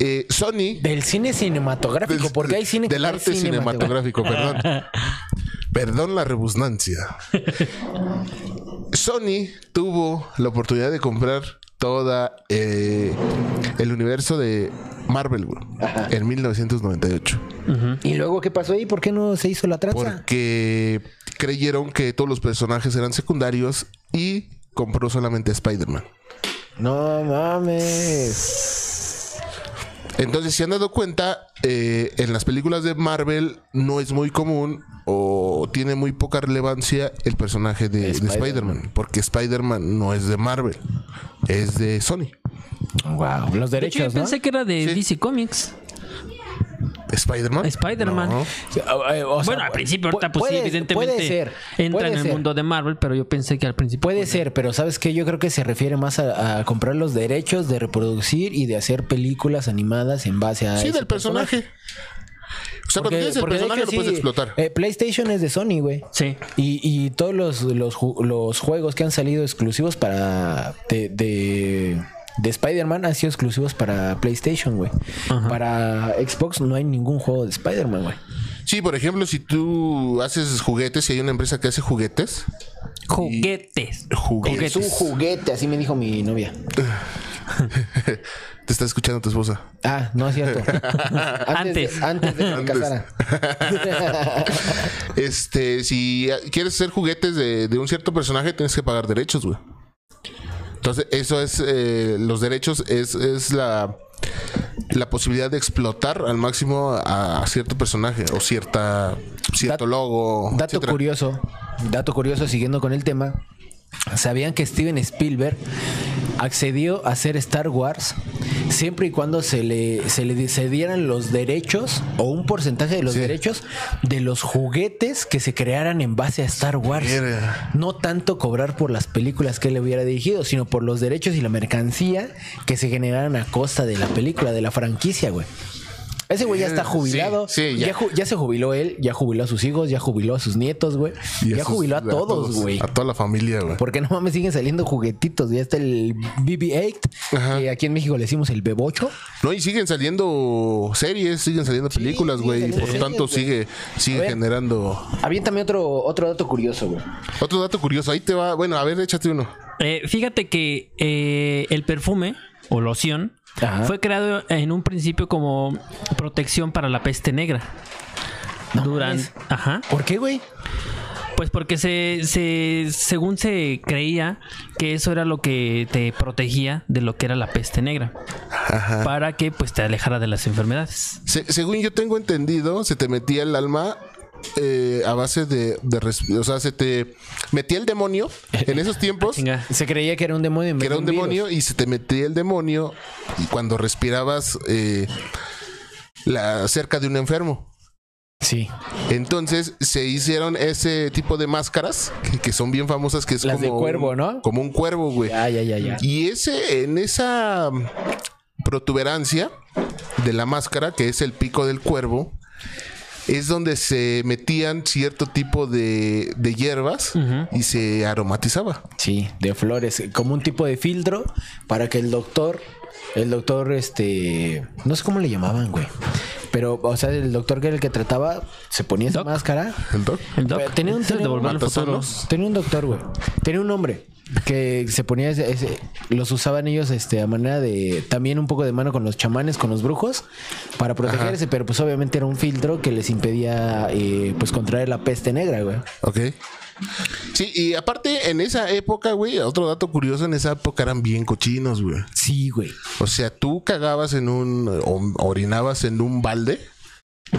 Speaker 3: Eh, Sony.
Speaker 5: Del cine cinematográfico,
Speaker 3: del-
Speaker 5: porque hay cine
Speaker 3: Del
Speaker 5: hay
Speaker 3: arte cinematográfico, perdón. Perdón la rebusnancia. Sony tuvo la oportunidad de comprar toda eh, el universo de Marvel güey, en 1998.
Speaker 5: ¿Y luego qué pasó ahí? ¿Por qué no se hizo la tranza?
Speaker 3: Porque creyeron que todos los personajes eran secundarios y compró solamente a Spider-Man.
Speaker 5: No mames.
Speaker 3: Entonces, si han dado cuenta, eh, en las películas de Marvel no es muy común o tiene muy poca relevancia el personaje de, de Spider-Man, porque Spider-Man no es de Marvel, es de Sony.
Speaker 5: Wow. Los
Speaker 4: De hecho, yo
Speaker 5: derechos, ¿no?
Speaker 4: pensé que era de
Speaker 3: Sí.
Speaker 4: DC Comics.
Speaker 3: Spider-Man.
Speaker 4: Spider-Man.
Speaker 3: No.
Speaker 5: O- eh, o sea,
Speaker 4: bueno, al principio, ahorita,
Speaker 5: pu-
Speaker 4: pues sí,
Speaker 5: puede-
Speaker 4: evidentemente
Speaker 5: Puede ser.
Speaker 4: entra
Speaker 5: puede
Speaker 4: en el
Speaker 5: ser.
Speaker 4: mundo de Marvel, pero yo pensé que al principio.
Speaker 5: Puede ser, pero ¿sabes qué? Yo creo que se refiere más a, a comprar los derechos de reproducir y de hacer películas animadas en base a.
Speaker 3: Sí,
Speaker 5: ese
Speaker 3: del personaje. O sea, cuando
Speaker 5: Porque-
Speaker 3: tienes el
Speaker 5: porque de
Speaker 3: personaje
Speaker 5: hecho
Speaker 3: lo puedes
Speaker 5: sí,
Speaker 3: explotar.
Speaker 5: eh, PlayStation es de Sony, güey.
Speaker 4: Sí.
Speaker 5: Y, y todos los, los, ju- los juegos que han salido exclusivos para. de. de, de Spider-Man han sido exclusivos para PlayStation, güey. Para Xbox no hay ningún juego de Spider-Man, güey.
Speaker 3: Sí, por ejemplo, si tú haces juguetes y hay una empresa que hace juguetes,
Speaker 4: Juguetes.
Speaker 3: Juguetes.
Speaker 5: Es un juguete, así me dijo mi novia.
Speaker 3: te está escuchando tu esposa.
Speaker 5: Ah, no es cierto.
Speaker 4: Antes.
Speaker 5: de- antes de que me
Speaker 3: Antes.
Speaker 5: casara.
Speaker 3: Este, si quieres hacer juguetes de, de un cierto personaje, tienes que pagar derechos, güey. Entonces, eso es, eh, los derechos es, es la, la posibilidad de explotar al máximo a, a cierto personaje o cierta, cierto
Speaker 5: Dat-
Speaker 3: logo.
Speaker 5: Dato
Speaker 3: etcétera.
Speaker 5: curioso, dato curioso siguiendo con el tema. ¿Sabían que Steven Spielberg accedió a hacer Star Wars siempre y cuando se le, se le se dieran los derechos o un porcentaje de los
Speaker 3: Sí.
Speaker 5: derechos de los juguetes que se crearan en base a Star Wars?
Speaker 3: Verga.
Speaker 5: No tanto cobrar por las películas que él hubiera dirigido, sino por los derechos y la mercancía que se generaran a costa de la película, de la franquicia, güey. Ese güey ya está
Speaker 3: Sí,
Speaker 5: jubilado.
Speaker 3: sí,
Speaker 5: Eh, ya.
Speaker 3: ya.
Speaker 5: ju- ya se jubiló él, ya jubiló a sus hijos, ya jubiló a sus nietos, güey.
Speaker 3: Y
Speaker 5: Ya
Speaker 3: esos-
Speaker 5: jubiló a todos, güey.
Speaker 3: A toda la familia, güey.
Speaker 5: Porque no mames, siguen saliendo juguetitos. Ya está el BB-8,
Speaker 3: Ajá.
Speaker 5: que aquí en México le decimos el Bebocho.
Speaker 3: No, y siguen saliendo series, siguen saliendo películas,
Speaker 5: siguen
Speaker 3: güey. y
Speaker 5: saliendo
Speaker 3: por tanto,
Speaker 5: series, güey.
Speaker 3: sigue, sigue
Speaker 5: ver.
Speaker 3: generando.
Speaker 5: Había también otro, otro dato curioso, güey.
Speaker 3: Otro dato curioso, ahí te va. Bueno, a ver, échate uno.
Speaker 4: Eh, fíjate que eh, el perfume o loción
Speaker 5: Ajá.
Speaker 4: fue creado en un principio como protección para la peste negra.
Speaker 5: No
Speaker 4: Durante.
Speaker 5: mames.
Speaker 4: Ajá.
Speaker 5: ¿Por qué, güey?
Speaker 4: Pues porque se, se- según se creía que eso era lo que te protegía de lo que era la peste negra.
Speaker 5: Ah.
Speaker 4: Para que pues te alejara de las enfermedades.
Speaker 3: Se- según yo tengo entendido, se te metía el alma eh, a base de, de res- O sea, se te metía el demonio
Speaker 5: Eh,
Speaker 3: en
Speaker 5: ah,
Speaker 3: esos tiempos. que
Speaker 4: Chinga.
Speaker 5: Se creía que era un demonio. en vez
Speaker 3: era
Speaker 5: de
Speaker 3: un
Speaker 5: virus.
Speaker 3: demonio y se te metía el demonio y cuando respirabas eh, la, cerca de un enfermo.
Speaker 5: Sí.
Speaker 3: Entonces se hicieron ese tipo de máscaras que, que son bien famosas, que es
Speaker 5: Las de
Speaker 3: como
Speaker 5: cuervo,
Speaker 3: un,
Speaker 5: ¿no?
Speaker 3: Como un cuervo, güey.
Speaker 5: Ya, ya, ya, ya.
Speaker 3: Y ese, en esa mm, protuberancia de la máscara, que es el pico del cuervo, es donde se metían cierto tipo de, de hierbas y se aromatizaba.
Speaker 5: Sí, de flores, como un tipo de filtro para que el doctor, el doctor, este, no sé cómo le llamaban, güey, pero, o sea, el doctor que era el que trataba se ponía esa
Speaker 4: Doc.
Speaker 5: máscara.
Speaker 3: ¿El doc?
Speaker 4: El doc.
Speaker 5: Pero Tenía un,
Speaker 4: Es el de
Speaker 5: tenía, un
Speaker 4: Volver al Futuro.
Speaker 3: Matasanos.
Speaker 5: tenía un doctor, güey. Tenía un hombre que se ponía, ese- ese- los usaban ellos este, a manera de, también un poco de mano con los chamanes, con los brujos, para protegerse, pero pues obviamente era un filtro que les impedía, eh, pues, contraer la peste negra, güey.
Speaker 3: Ok. Sí, y aparte en esa época, güey, otro dato curioso, en esa época eran bien cochinos, güey.
Speaker 5: Sí, güey.
Speaker 3: O sea, tú cagabas en un, o orinabas en un balde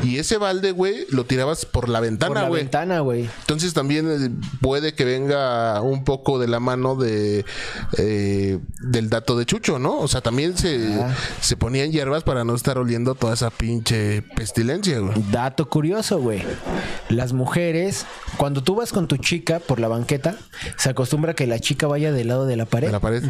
Speaker 3: Y ese balde, güey, lo tirabas por la
Speaker 5: Por
Speaker 3: ventana,
Speaker 5: la
Speaker 3: güey.
Speaker 5: ventana, güey.
Speaker 3: Entonces también eh, puede que venga un poco de la mano de eh, del dato de Chucho, ¿no? O sea, también se, se ponían hierbas para no estar oliendo toda esa pinche pestilencia, güey.
Speaker 5: Dato curioso, güey. Las mujeres, cuando tú vas con tu chica por la banqueta, se acostumbra que la chica vaya del lado de la pared.
Speaker 3: De la pared.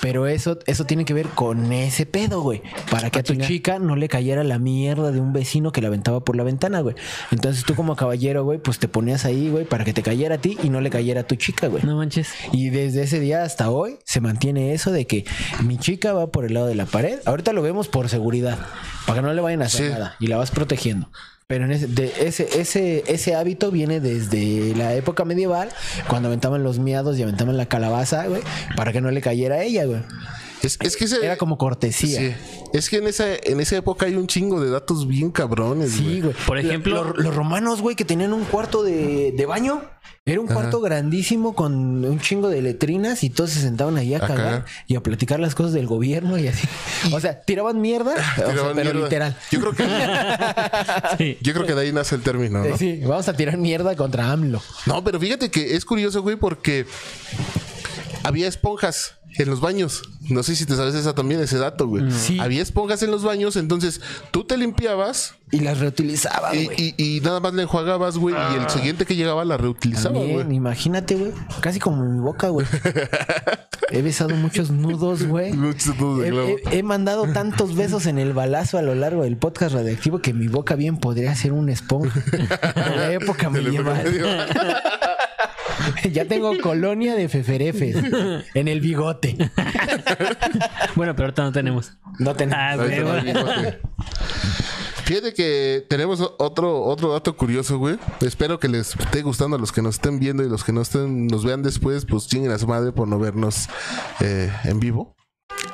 Speaker 5: Pero eso, eso tiene que ver con ese pedo, güey. Para que a tu chica no le cayera la mierda de un vecino que la aventaba por la ventana, güey. Entonces tú como caballero, güey, pues te ponías ahí, güey, para que te cayera a ti y no le cayera a tu chica, güey.
Speaker 4: No manches.
Speaker 5: Y desde ese día hasta hoy se mantiene eso de que mi chica va por el lado de la pared. Ahorita lo vemos por seguridad, para que no le vayan a hacer
Speaker 3: Sí.
Speaker 5: nada y la vas protegiendo. Pero en ese, de ese, ese, ese hábito viene desde la época medieval, cuando aventaban los miados y aventaban la calabaza, güey, para que no le cayera a ella, güey.
Speaker 3: Es, es que ese-
Speaker 5: Era como cortesía.
Speaker 3: Sí. Es que en esa, en esa época hay un chingo de datos bien cabrones,
Speaker 5: Sí,
Speaker 3: güey.
Speaker 5: güey.
Speaker 4: Por ejemplo-
Speaker 5: Lo- lo- los romanos, güey, que tenían un cuarto de, de baño. Era un cuarto grandísimo con un chingo de letrinas y todos se sentaban ahí a
Speaker 3: Acá.
Speaker 5: cagar y a platicar las cosas del gobierno y así. O sea, tiraban mierda, o sea,
Speaker 3: Tiraban
Speaker 5: pero
Speaker 3: mierda.
Speaker 5: literal.
Speaker 3: Yo creo que,
Speaker 4: Sí.
Speaker 3: yo creo que de ahí nace el término, ¿no?
Speaker 5: Eh, Sí, vamos a tirar mierda contra AMLO.
Speaker 3: No, pero fíjate que es curioso, güey, porque había esponjas en los baños. No sé si te sabes esa también, ese dato, güey.
Speaker 5: Sí.
Speaker 3: Había esponjas en los baños, entonces tú te limpiabas
Speaker 5: Y las reutilizaban,
Speaker 3: y,
Speaker 5: Ah, güey.
Speaker 3: y- y nada más le enjuagabas, güey, y el siguiente que llegaba la reutilizaba,
Speaker 5: También,
Speaker 3: güey.
Speaker 5: imagínate, güey. Casi como mi boca, güey. He besado muchos nudos, güey.
Speaker 3: Muchos nudos de
Speaker 5: He-
Speaker 3: clavo.
Speaker 5: He, he mandado tantos besos en el balazo a lo largo del podcast radioactivo que mi boca bien podría ser una esponja. De la época
Speaker 3: Te lo
Speaker 5: medieval.
Speaker 3: medio.
Speaker 5: ya tengo colonia de feferefes en el bigote.
Speaker 4: Bueno, pero ahorita no tenemos.
Speaker 5: No tenemos.
Speaker 4: Ah,
Speaker 3: Ahí está,
Speaker 4: güey.
Speaker 3: no, bigote. Fíjate que tenemos otro, otro dato curioso, güey. Espero que les esté gustando a los que nos estén viendo y los que no estén, nos vean después, pues chinguen a su madre por no vernos eh, en vivo.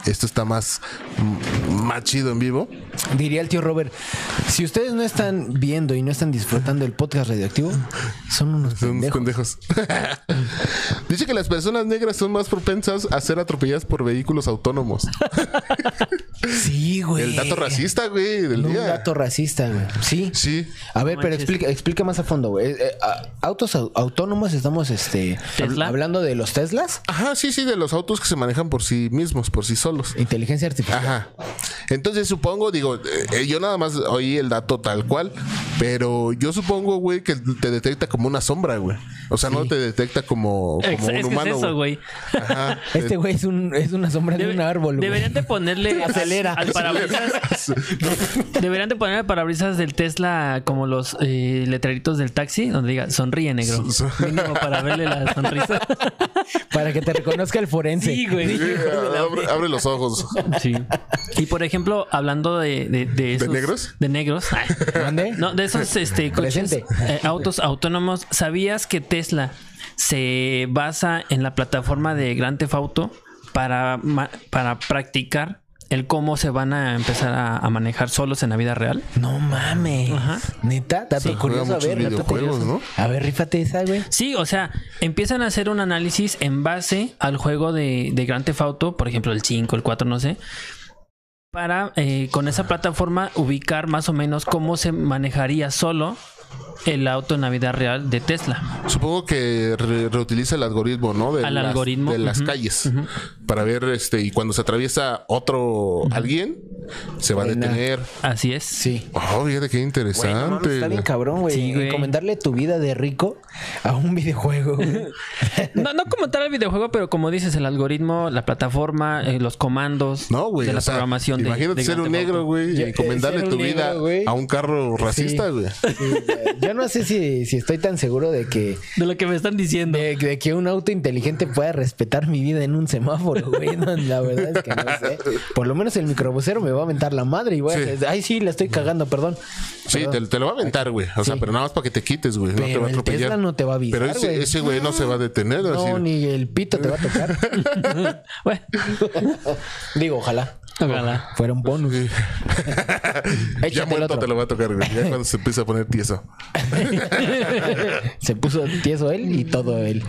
Speaker 3: Esto está más, m- más chido en vivo.
Speaker 5: Diría el tío Robert, si ustedes no están viendo y no están disfrutando el podcast radioactivo, son unos
Speaker 3: Son unos
Speaker 5: pendejos.
Speaker 3: pendejos. Dice que las personas negras son más propensas a ser atropelladas por vehículos autónomos.
Speaker 5: Sí, güey.
Speaker 3: El dato racista, güey, del
Speaker 5: Un
Speaker 3: día.
Speaker 5: dato racista, güey. Sí.
Speaker 3: Sí.
Speaker 5: A ver,
Speaker 4: No
Speaker 5: pero
Speaker 4: manches.
Speaker 5: explica, explica más a fondo, güey. Eh, eh, a- autos au- autónomos, estamos este,
Speaker 4: Tesla.
Speaker 5: hab- hablando de los Teslas,
Speaker 3: Ajá, sí, sí, de los autos que se manejan por sí mismos, por sí solos.
Speaker 5: inteligencia artificial.
Speaker 3: Ajá. Entonces supongo, digo, eh, yo nada más oí el dato tal cual, pero yo supongo, güey, que te detecta como una sombra, güey. O sea, no te detecta como, como
Speaker 4: Ex-
Speaker 3: un
Speaker 4: es que
Speaker 3: humano.
Speaker 4: es eso, güey.
Speaker 3: Ajá.
Speaker 5: Este güey es, un, es una sombra de
Speaker 4: Debe-
Speaker 5: un árbol, güey.
Speaker 4: Deberían de ponerle al-
Speaker 5: Acelera.
Speaker 4: al parabrisas. deberían de ponerle al parabrisas del Tesla como los eh, letreritos del taxi donde diga sonríe negro. Mínimo para verle la sonrisa.
Speaker 5: Para que te reconozca el forense.
Speaker 4: Sí, güey.
Speaker 3: Eh, abre, abre los ojos.
Speaker 4: Sí. Y por ejemplo, hablando de, de, de esos-
Speaker 3: negros?
Speaker 4: De negros. Ay.
Speaker 5: ¿Mande?
Speaker 4: No, de esos este, coches,
Speaker 5: Presente.
Speaker 4: eh, autos autónomos. ¿Sabías que Tesla se basa en la plataforma de Grand Theft Auto para, ma- para practicar el cómo se van a empezar a, a manejar solos en la vida real?
Speaker 5: No mames.
Speaker 4: Ajá.
Speaker 5: Neta, dato
Speaker 3: Juega
Speaker 5: curioso. A
Speaker 3: muchos
Speaker 5: ver, dato
Speaker 3: videojuegos,
Speaker 5: curioso.
Speaker 3: ¿no?
Speaker 5: A ver, rífate esa, güey.
Speaker 4: Sí, o sea, empiezan a hacer un análisis en base al juego de, de Grand Theft Auto, por ejemplo, el 5, el 4, no sé, para eh, con esa plataforma ubicar más o menos cómo se manejaría solo el auto en la vida real de Tesla.
Speaker 3: Supongo que re- reutiliza el algoritmo, ¿no? De
Speaker 4: Al
Speaker 3: las,
Speaker 4: algoritmo,
Speaker 3: de las
Speaker 4: ujú,
Speaker 3: calles para ver, este, y cuando se atraviesa otro alguien, se va a
Speaker 5: Buena.
Speaker 3: detener.
Speaker 4: Así es.
Speaker 5: Sí.
Speaker 3: Oh, fíjate qué
Speaker 5: Güey, no mames,
Speaker 3: interesante.
Speaker 5: está bien cabrón, güey.
Speaker 4: Sí, güey.
Speaker 5: Encomendarle tu vida de rico a un videojuego. güey.
Speaker 4: No, no como tal el videojuego, pero como dices, el algoritmo, la plataforma, eh, los comandos
Speaker 3: No, güey.
Speaker 4: de
Speaker 3: o
Speaker 4: la
Speaker 3: sea,
Speaker 4: programación. de-
Speaker 3: Imagínate
Speaker 4: de
Speaker 3: ser
Speaker 4: Grand
Speaker 3: un
Speaker 4: Theft Auto.
Speaker 3: negro, güey, y
Speaker 5: Ya, eh,
Speaker 3: encomendarle
Speaker 5: ser un
Speaker 3: tu
Speaker 5: negro,
Speaker 3: vida
Speaker 5: güey.
Speaker 3: a un carro racista,
Speaker 5: Sí.
Speaker 3: güey.
Speaker 5: Sí, güey. Yo no sé si, si estoy tan seguro de que
Speaker 4: De lo que me están diciendo.
Speaker 5: de, de que un auto inteligente pueda respetar mi vida en un semáforo, güey. No, la verdad es que no sé. Por lo menos el microbusero me va a aventar la madre y voy
Speaker 3: Sí.
Speaker 5: a decir, ay, sí, la estoy cagando, perdón.
Speaker 3: Sí, te, te lo va a aventar, güey. O sea,
Speaker 5: Sí.
Speaker 3: pero nada más para que te quites, güey. No te
Speaker 5: Pero
Speaker 3: va a
Speaker 5: el
Speaker 3: atropellar.
Speaker 5: Tesla no te va a avisar,
Speaker 3: Pero ese-
Speaker 5: güey.
Speaker 3: ese güey no se va a detener.
Speaker 5: No,
Speaker 3: así.
Speaker 5: ni el pito te va a tocar.
Speaker 4: Bueno,
Speaker 5: Digo, ojalá
Speaker 4: ojalá.
Speaker 5: fuera un bonus. Échate
Speaker 3: ya
Speaker 5: el
Speaker 3: muerto
Speaker 5: otro.
Speaker 3: te lo va a tocar, güey. Ya cuando se empieza a poner tieso.
Speaker 5: Se puso tieso él y todo él.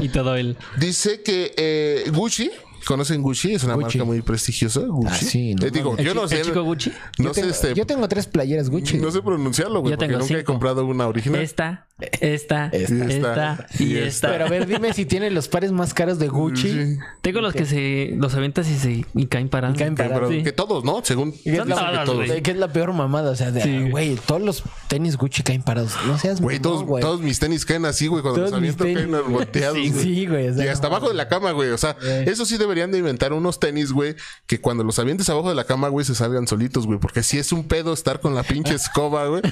Speaker 4: y todo el
Speaker 3: Dice que eh, Gucci ¿Conocen Gucci? Es una
Speaker 5: Gucci.
Speaker 3: marca muy prestigiosa. Gucci.
Speaker 5: Ah, sí, no
Speaker 3: Les digo,
Speaker 5: mames.
Speaker 3: yo
Speaker 4: El
Speaker 3: no
Speaker 4: chi-
Speaker 3: sé.
Speaker 4: el chico Gucci.
Speaker 3: No
Speaker 5: yo,
Speaker 3: sé
Speaker 5: tengo,
Speaker 3: este.
Speaker 5: yo tengo tres playeras Gucci.
Speaker 3: No sé pronunciarlo, güey.
Speaker 4: Yo
Speaker 3: Porque
Speaker 4: tengo
Speaker 3: nunca he
Speaker 4: cinco.
Speaker 3: comprado una original.
Speaker 4: Esta, esta,
Speaker 5: Esta.
Speaker 4: esta, y esta.
Speaker 5: Pero a ver, dime si tiene los pares más caros de Gucci.
Speaker 3: Sí.
Speaker 4: Tengo los que se los avientas y se y caen parando.
Speaker 5: Y caen
Speaker 3: Que,
Speaker 5: parados.
Speaker 3: pero
Speaker 4: Sí.
Speaker 3: que todos, ¿no? Según.
Speaker 5: Que es,
Speaker 4: Son
Speaker 5: la,
Speaker 4: todas,
Speaker 5: que todos-
Speaker 4: güey.
Speaker 5: que es la peor mamada. O sea, de,
Speaker 4: Sí.
Speaker 5: güey, todos los tenis Gucci caen parados. No seas
Speaker 3: Güey,
Speaker 5: mamón,
Speaker 3: todos, todos mis tenis caen así, güey. Cuando
Speaker 5: Todos
Speaker 3: los aviento
Speaker 5: mis tenis,
Speaker 3: caen
Speaker 5: güey.
Speaker 3: volteados.
Speaker 5: Sí, sí, güey, Eh. o sea,
Speaker 3: Y hasta
Speaker 5: no.
Speaker 3: abajo de la cama, güey. O sea, eso sí deberían de inventar unos tenis, güey, que cuando los avientes abajo de la cama, güey, se salgan solitos, güey. Porque sí es un pedo estar con la pinche escoba, güey.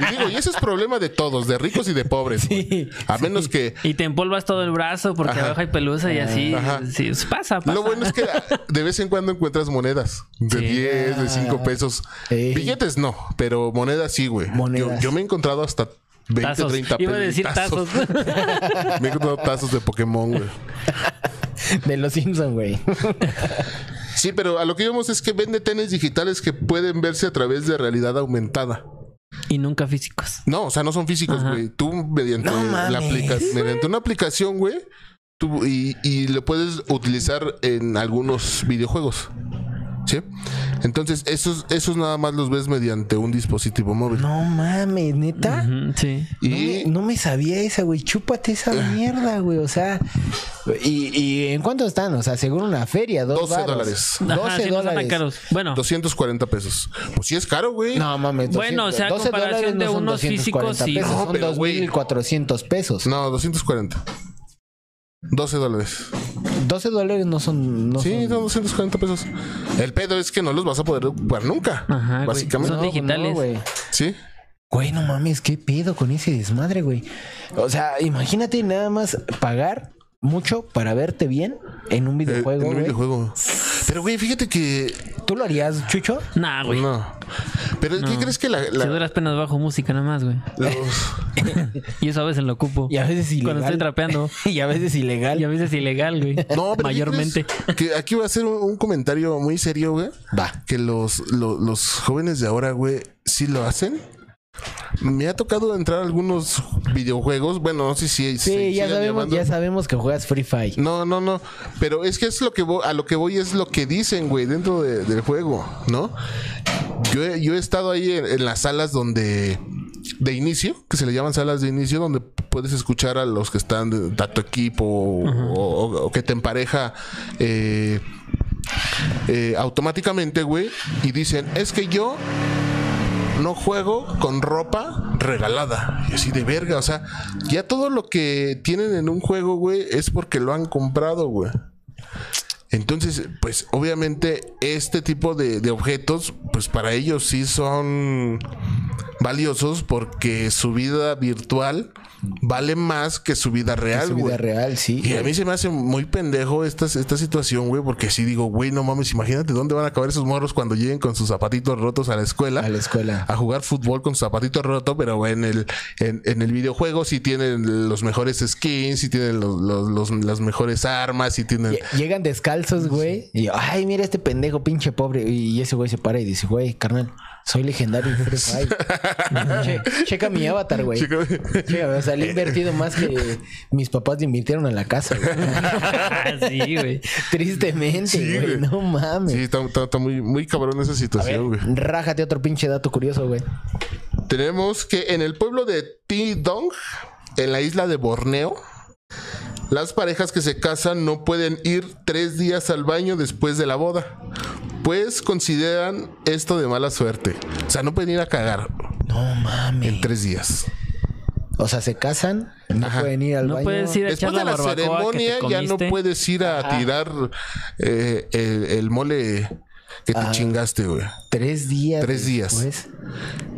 Speaker 3: Y digo, y ese es problema de todos, de ricos y de pobres, güey.
Speaker 5: Sí,
Speaker 3: A menos que
Speaker 4: Y te empolvas todo el brazo porque
Speaker 3: Ajá.
Speaker 4: abajo hay pelusa y así.
Speaker 3: Ajá.
Speaker 4: Sí, pasa, pasa.
Speaker 3: Lo bueno es que de vez en cuando encuentras monedas de
Speaker 4: Sí.
Speaker 3: 10, de 5 pesos.
Speaker 5: Ey.
Speaker 3: Billetes no, pero monedas sí, güey. Yo,
Speaker 5: Monedas.
Speaker 3: yo me he encontrado hasta 20,
Speaker 4: Tazos.
Speaker 3: 30
Speaker 4: Iba a decir
Speaker 3: tazos.
Speaker 4: tazos.
Speaker 3: Me he encontrado tazos de Pokémon, güey.
Speaker 5: De los Simpson, güey.
Speaker 3: Sí, pero a lo que vemos es que vende tenis digitales que pueden verse a través de realidad aumentada.
Speaker 4: y nunca físicos.
Speaker 3: No, o sea, no son físicos, güey. Tú mediante,
Speaker 5: No mames.
Speaker 3: la aplica- mediante una aplicación, güey, tú- y, y lo puedes utilizar en algunos videojuegos. ¿Sí? Entonces, esos, esos nada más los ves mediante un dispositivo móvil.
Speaker 5: No mames, neta.
Speaker 4: Ujú, sí.
Speaker 5: No me-
Speaker 3: Y Ah.
Speaker 5: No, me, sabía esa, güey. Chúpate esa mierda, güey. O sea, y, y en cuánto están? O sea, según una feria, dos
Speaker 3: 12
Speaker 5: varos.
Speaker 3: dólares.
Speaker 4: Ajá,
Speaker 5: 12
Speaker 4: sí, no están tan
Speaker 5: dólares.
Speaker 4: caros. Bueno,
Speaker 3: 240 pesos. Pues sí es caro, güey.
Speaker 5: No mames,
Speaker 4: Bueno, o sea,
Speaker 5: 200,
Speaker 4: comparación de
Speaker 5: son
Speaker 4: unos físicos,
Speaker 5: 240
Speaker 4: sí.
Speaker 5: pesos,
Speaker 3: No,
Speaker 5: son
Speaker 3: pero, güey.
Speaker 5: 2400 pesos.
Speaker 3: No, 240. 12 dólares.
Speaker 5: 12 dólares no son no
Speaker 3: sí,
Speaker 5: son-
Speaker 3: son 240 pesos. El pedo es que no los vas a poder ocupar nunca.
Speaker 4: Ajá, güey.
Speaker 3: básicamente.
Speaker 4: Son
Speaker 5: no,
Speaker 4: digitales.
Speaker 5: no, güey.
Speaker 3: Sí. eh,
Speaker 5: Güey, no mames, qué pedo con ese desmadre, güey. O sea, imagínate nada más pagar mucho para verte bien en un
Speaker 3: Eh,
Speaker 5: videojuego,
Speaker 3: en un
Speaker 5: güey.
Speaker 3: videojuego. Pero, güey, fíjate que
Speaker 5: ¿Tú lo harías, Chucho?
Speaker 4: nah, Ah, güey.
Speaker 3: No. Pero ¿qué crees que la, la-
Speaker 4: Se duras penas bajo música nada más, güey.
Speaker 3: los-
Speaker 4: Y eso a veces lo ocupo.
Speaker 5: Y a veces ilegal.
Speaker 4: Cuando estoy trapeando.
Speaker 5: y a veces ilegal.
Speaker 4: Y a veces ilegal, güey.
Speaker 3: No, pero ¿qué
Speaker 4: Mayormente.
Speaker 3: crees? Que aquí va a ser un, un comentario muy serio, güey.
Speaker 5: Va.
Speaker 3: Que los, lo- los jóvenes de ahora, güey, sí lo hacen. Me ha tocado entrar a algunos videojuegos. Bueno, no sé si.
Speaker 5: Sí, ya sabemos, ya sabemos que juegas Free Fire.
Speaker 3: No, no, no. Pero es que es lo que vo- a lo que voy es lo que dicen, güey, dentro de- del juego, ¿no? Yo he, yo he estado ahí en, en las salas donde de inicio, que se le llaman salas de inicio, donde puedes escuchar a los que están de, de tu equipo o, o- o que te empareja eh, eh, automáticamente, güey, y dicen es que yo no juego con ropa regalada. Y así de verga. O sea, ya todo lo que tienen en un juego, güey, es porque lo han comprado, güey. Entonces, pues obviamente este tipo de, de objetos, pues para ellos sí son valiosos porque su vida virtual vale más que su vida real,
Speaker 5: su vida
Speaker 3: güey.
Speaker 5: real, sí.
Speaker 3: Y a mí se me hace muy pendejo esta, esta situación, güey, porque si digo, güey, no mames, imagínate dónde van a acabar esos morros cuando lleguen con sus zapatitos rotos a la Ah. escuela.
Speaker 5: A la escuela.
Speaker 3: A jugar fútbol con su zapatito roto, pero güey, en el, en, en el videojuego sí tienen los mejores skins, sí tienen los, los- los- las mejores armas, sí tienen...
Speaker 5: Lle- Llegan descalzos, güey. Y ay, mira este pendejo, pinche pobre. Y ese güey se para y dice, güey, carnal, soy legendario en Free Fire. Che- checa mi avatar, güey.
Speaker 3: Checa-
Speaker 5: Checa, o sea, le he invertido más que mis papás le invirtieron a la casa, güey.
Speaker 4: Ah, sí, güey.
Speaker 5: Tristemente,
Speaker 3: Sí,
Speaker 5: güey.
Speaker 3: güey.
Speaker 5: No mames.
Speaker 3: Sí, está, está- está muy, muy cabrón esa
Speaker 5: A ver,
Speaker 3: situación, güey.
Speaker 5: rájate otro pinche dato curioso, güey.
Speaker 3: Tenemos que en el pueblo de Tidong, en la isla de Borneo, las parejas que se casan no pueden ir tres días al baño después de la boda, pues consideran esto de mala suerte. O sea, no pueden ir a cagar
Speaker 5: No mames.
Speaker 3: en tres días.
Speaker 5: O sea, se casan, no
Speaker 3: Ajá.
Speaker 5: pueden ir al
Speaker 4: No
Speaker 5: baño.
Speaker 4: puedes ir a
Speaker 3: Después
Speaker 4: echar la,
Speaker 3: de la
Speaker 4: barbacoa que te
Speaker 3: ceremonia ya no
Speaker 4: comiste.
Speaker 3: puedes ir a tirar eh, el, el mole que te chingaste, güey.
Speaker 5: Tres días.
Speaker 3: Tres días.
Speaker 5: después.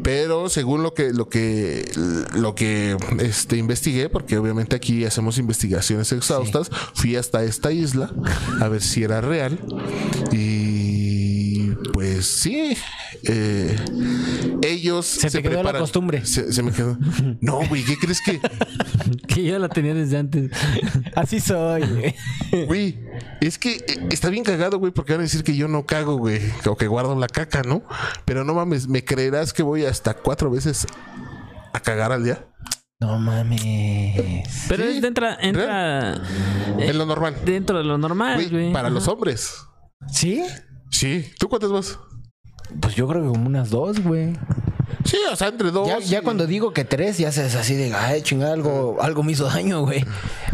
Speaker 3: Pero según lo que lo que lo que este investigué, porque obviamente aquí hacemos investigaciones exhaustas, fui hasta esta isla a ver si era real y pues sí, eh, ellos se,
Speaker 5: te quedó la
Speaker 3: preparan-
Speaker 5: costumbre.
Speaker 3: Se, se me quedó. No, güey, ¿qué crees que
Speaker 4: Que yo la tenía desde antes.
Speaker 5: Así soy, güey.
Speaker 3: Güey, es que eh, está bien cagado, güey, porque van a decir que yo no cago, güey, o que guardo la caca, ¿no? Pero no mames, ¿me creerás que voy hasta cuatro veces a cagar al día?
Speaker 5: No mames.
Speaker 4: Pero
Speaker 3: Sí,
Speaker 4: es- entra, entra
Speaker 3: en lo normal.
Speaker 4: dentro Eh. de lo normal,
Speaker 3: Güey,
Speaker 4: güey.
Speaker 3: para los
Speaker 4: Ajá.
Speaker 3: hombres.
Speaker 5: ¿Sí?
Speaker 3: Sí. ¿Tú cuántas vas?
Speaker 5: Pues yo creo que como unas dos, güey.
Speaker 3: Sí, o sea, entre dos.
Speaker 5: Ya, ya
Speaker 3: y-
Speaker 5: cuando digo que tres, ya es así de, ay, chingada, algo, algo me hizo daño, güey.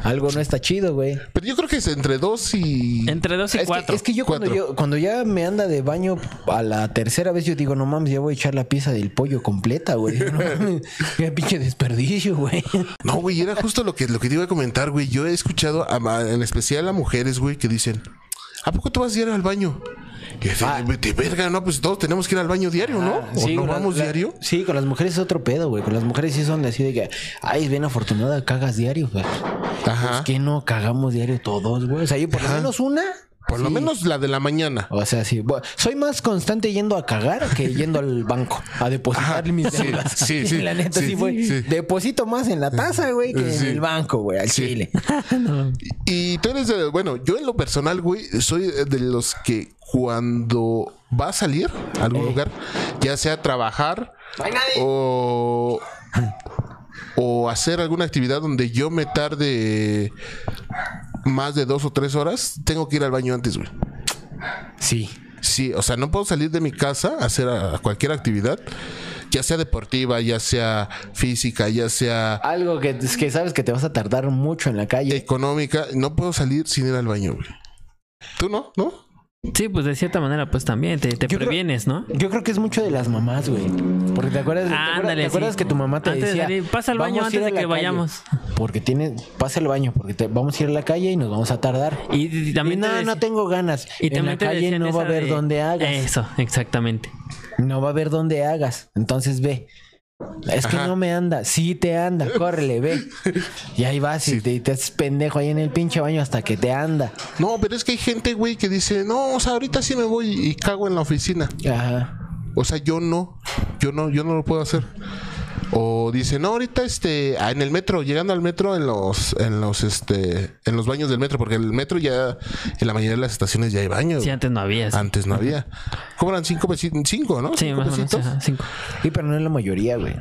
Speaker 5: Algo no está chido, güey.
Speaker 3: Pero yo creo que es entre dos y.
Speaker 4: Entre dos y
Speaker 5: Es que,
Speaker 4: cuatro.
Speaker 5: es que yo, cuando
Speaker 3: Cuatro.
Speaker 5: yo cuando ya me anda de baño a la tercera vez, yo digo, no mames, ya voy a echar la pieza del pollo completa, güey. No mames, qué pinche desperdicio, güey.
Speaker 3: No, güey, era justo lo que, lo que te iba a comentar, güey. Yo he escuchado a ma- en especial a mujeres, güey, que dicen, ¿a poco tú vas a ir al baño? Y dicen, de, verga, no, pues todos tenemos que ir al baño diario, ¿no?
Speaker 5: Ah,
Speaker 3: ¿O
Speaker 5: sí,
Speaker 3: no
Speaker 5: con la-
Speaker 3: vamos
Speaker 5: la-
Speaker 3: diario?
Speaker 5: Sí, con las mujeres es otro pedo, güey. Con las mujeres sí son así de que, ay, es bien afortunada, cagas diario, güey.
Speaker 3: Ajá.
Speaker 5: Es que no cagamos diario todos, güey. O sea, yo por lo menos una.
Speaker 3: Por lo
Speaker 5: sí.
Speaker 3: menos la de la mañana.
Speaker 5: O sea, sí. bueno, soy más constante yendo a cagar que yendo al banco a depositar
Speaker 3: Ajá,
Speaker 5: mis
Speaker 3: sí,
Speaker 5: deudas.
Speaker 3: sí, sí,
Speaker 5: La neta,
Speaker 3: sí,
Speaker 5: sí, güey.
Speaker 3: sí.
Speaker 5: Deposito más en la taza, güey, que
Speaker 3: Sí.
Speaker 5: en el banco, güey, al
Speaker 3: Sí.
Speaker 5: chile.
Speaker 3: Y tú eres de, bueno, yo en lo personal, güey, soy de los que cuando va a salir a algún lugar, ya sea a trabajar o, o hacer alguna actividad donde yo me tarde más de dos o tres horas, tengo que ir al baño antes, güey.
Speaker 5: Sí.
Speaker 3: Sí, o sea, no puedo salir de mi casa a hacer a- a cualquier actividad, ya sea deportiva, ya sea física, ya sea
Speaker 5: Algo que, que sabes que te vas a tardar mucho en la calle.
Speaker 3: económica, no puedo salir sin ir al baño, güey. ¿Tú no? ¿No?
Speaker 4: Sí, pues de cierta manera, pues también te, te
Speaker 5: Yo creo-
Speaker 4: previenes, ¿no?
Speaker 5: Yo creo que es mucho de las mamás, güey. Porque te acuerdas, te acuerdas-
Speaker 4: Ándale,
Speaker 5: ¿te acuerdas
Speaker 4: sí.
Speaker 5: que tu mamá te
Speaker 4: Antes de
Speaker 5: decía,
Speaker 4: salir, pasa al baño
Speaker 5: "Vamos a
Speaker 4: antes
Speaker 5: ir a
Speaker 4: de
Speaker 5: la
Speaker 4: que vayamos.
Speaker 5: Porque tiene, pasa al baño porque te, vamos a ir a la calle y nos vamos a tardar.
Speaker 4: Y, y también
Speaker 5: Y no,
Speaker 4: te dec-
Speaker 5: no tengo ganas.
Speaker 4: y
Speaker 5: en la
Speaker 4: también te
Speaker 5: calle
Speaker 4: decían
Speaker 5: no va a
Speaker 4: esa
Speaker 5: haber
Speaker 4: de-
Speaker 5: donde hagas.
Speaker 4: Eso, exactamente.
Speaker 5: No va a haber donde hagas. Entonces ve. Es que
Speaker 3: Ajá.
Speaker 5: no me anda. Sí te anda. Córrele, ve. Y ahí vas y te, te haces pendejo ahí en el pinche baño hasta que te anda.
Speaker 3: No, pero es que hay gente, güey, que dice, no, o sea, ahorita sí me voy y cago en la oficina.
Speaker 5: Ajá.
Speaker 3: O sea, yo no, yo no, yo no lo puedo hacer. O dice, no, ahorita este, ah, en el metro, llegando al metro, en los, en los, este, en los baños del metro, porque el metro ya, en la mayoría de las estaciones ya hay baños.
Speaker 4: Si antes no había. sí.
Speaker 3: Antes no había. Cobran cinco pesitos, cinco, ¿no?
Speaker 4: Sí,
Speaker 3: Cinco
Speaker 4: más o menos.
Speaker 3: pesitos.
Speaker 4: ajá, cinco.
Speaker 5: Y pero no es la mayoría, güey.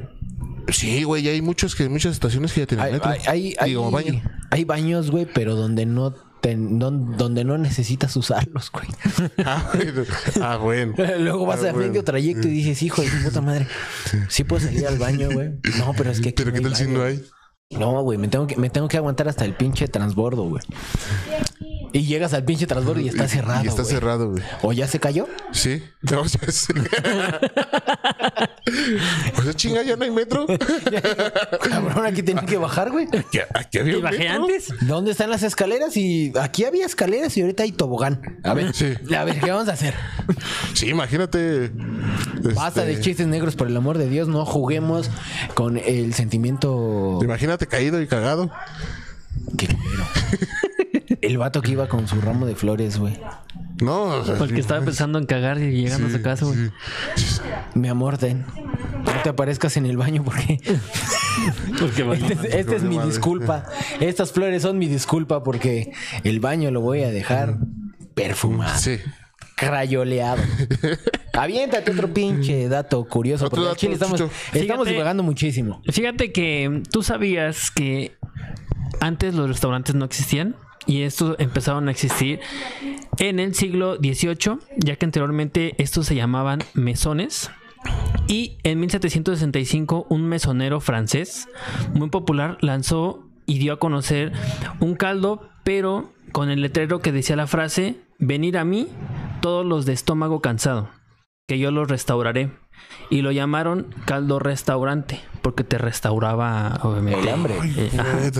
Speaker 3: Sí, güey, ya hay muchos que, muchas estaciones que ya tienen
Speaker 5: Hay,
Speaker 3: metro.
Speaker 5: hay- hay- hay-
Speaker 3: Digo, baño.
Speaker 5: hay baños, güey, pero donde no, te- don- donde no necesitas usarlos, güey.
Speaker 3: Ah, bueno. Ah, bueno.
Speaker 5: Luego vas
Speaker 3: Ah,
Speaker 5: a medio
Speaker 3: bueno.
Speaker 5: trayecto y dices, hijo de su puta madre, sí puedo salir al baño, güey. No, pero es que. aquí
Speaker 3: Pero qué
Speaker 5: hay
Speaker 3: tal si
Speaker 5: baño.
Speaker 3: no hay.
Speaker 5: No, güey, me tengo que, me tengo que aguantar hasta el pinche transbordo, güey. Y llegas al pinche transbordo y está cerrado.
Speaker 3: Y está
Speaker 5: güey.
Speaker 3: cerrado, güey.
Speaker 5: ¿O ya se cayó?
Speaker 3: Sí, no, ya sé. pues es chinga, ya no hay metro.
Speaker 5: Cabrón, aquí tienen que bajar, güey.
Speaker 3: Aquí, aquí había
Speaker 4: ¿Y
Speaker 3: un
Speaker 4: bajé
Speaker 3: metro.
Speaker 4: antes?
Speaker 5: ¿Dónde están las escaleras? Y aquí había escaleras y ahorita hay tobogán. A ver,
Speaker 3: Sí.
Speaker 5: a ver, ¿qué vamos a hacer?
Speaker 3: Sí, imagínate. este,
Speaker 5: Basta de chistes negros, por el amor de Dios, no juguemos con el sentimiento
Speaker 3: Imagínate caído y cagado.
Speaker 5: que El vato que iba con su ramo de flores, güey.
Speaker 3: No, o sea,
Speaker 4: Porque
Speaker 3: sí,
Speaker 4: estaba pensando en cagar y llegando a su casa, güey.
Speaker 5: Me amorten. No te aparezcas en el baño porque
Speaker 4: Porque bueno,
Speaker 5: Este, es- este es mi disculpa. Estas flores son mi disculpa porque el baño lo voy a dejar perfumado,
Speaker 3: sí.
Speaker 5: crayoleado. Aviéntate otro pinche dato curioso.
Speaker 3: Otro
Speaker 5: porque al
Speaker 3: dato,
Speaker 5: chile estamos,
Speaker 3: Chucho.
Speaker 5: estamos
Speaker 4: Fíjate.
Speaker 5: divagando muchísimo.
Speaker 4: Fíjate que tú sabías que antes los restaurantes no existían y estos empezaron a existir en el siglo XVIII, ya que anteriormente estos se llamaban mesones. Y en 1765 un mesonero francés muy popular lanzó y dio a conocer un caldo, pero con el letrero que decía la frase, venir a mí todos los de estómago cansado, que yo los restauraré. Y lo llamaron caldo restaurante, porque te restauraba obviamente.
Speaker 5: El hambre.
Speaker 4: Eh, ajá.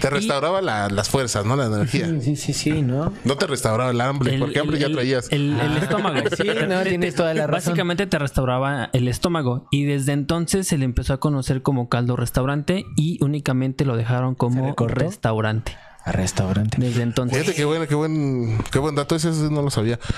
Speaker 3: Te restauraba la- las fuerzas, ¿no? La energía.
Speaker 5: Sí, sí, sí, ¿no?
Speaker 3: No te restauraba el hambre,
Speaker 4: El-
Speaker 3: porque hambre
Speaker 4: el-
Speaker 3: ya
Speaker 4: el-
Speaker 3: traías.
Speaker 4: El, el estómago.
Speaker 5: Sí, no, tienes toda la razón.
Speaker 4: Básicamente te restauraba el estómago. Y desde entonces se le empezó a conocer como caldo restaurante y únicamente lo dejaron como
Speaker 5: recortó?
Speaker 4: restaurante.
Speaker 5: A restaurante.
Speaker 4: Desde entonces.
Speaker 3: Fíjate qué bueno, qué buen, qué buen dato ese, ese no lo sabía.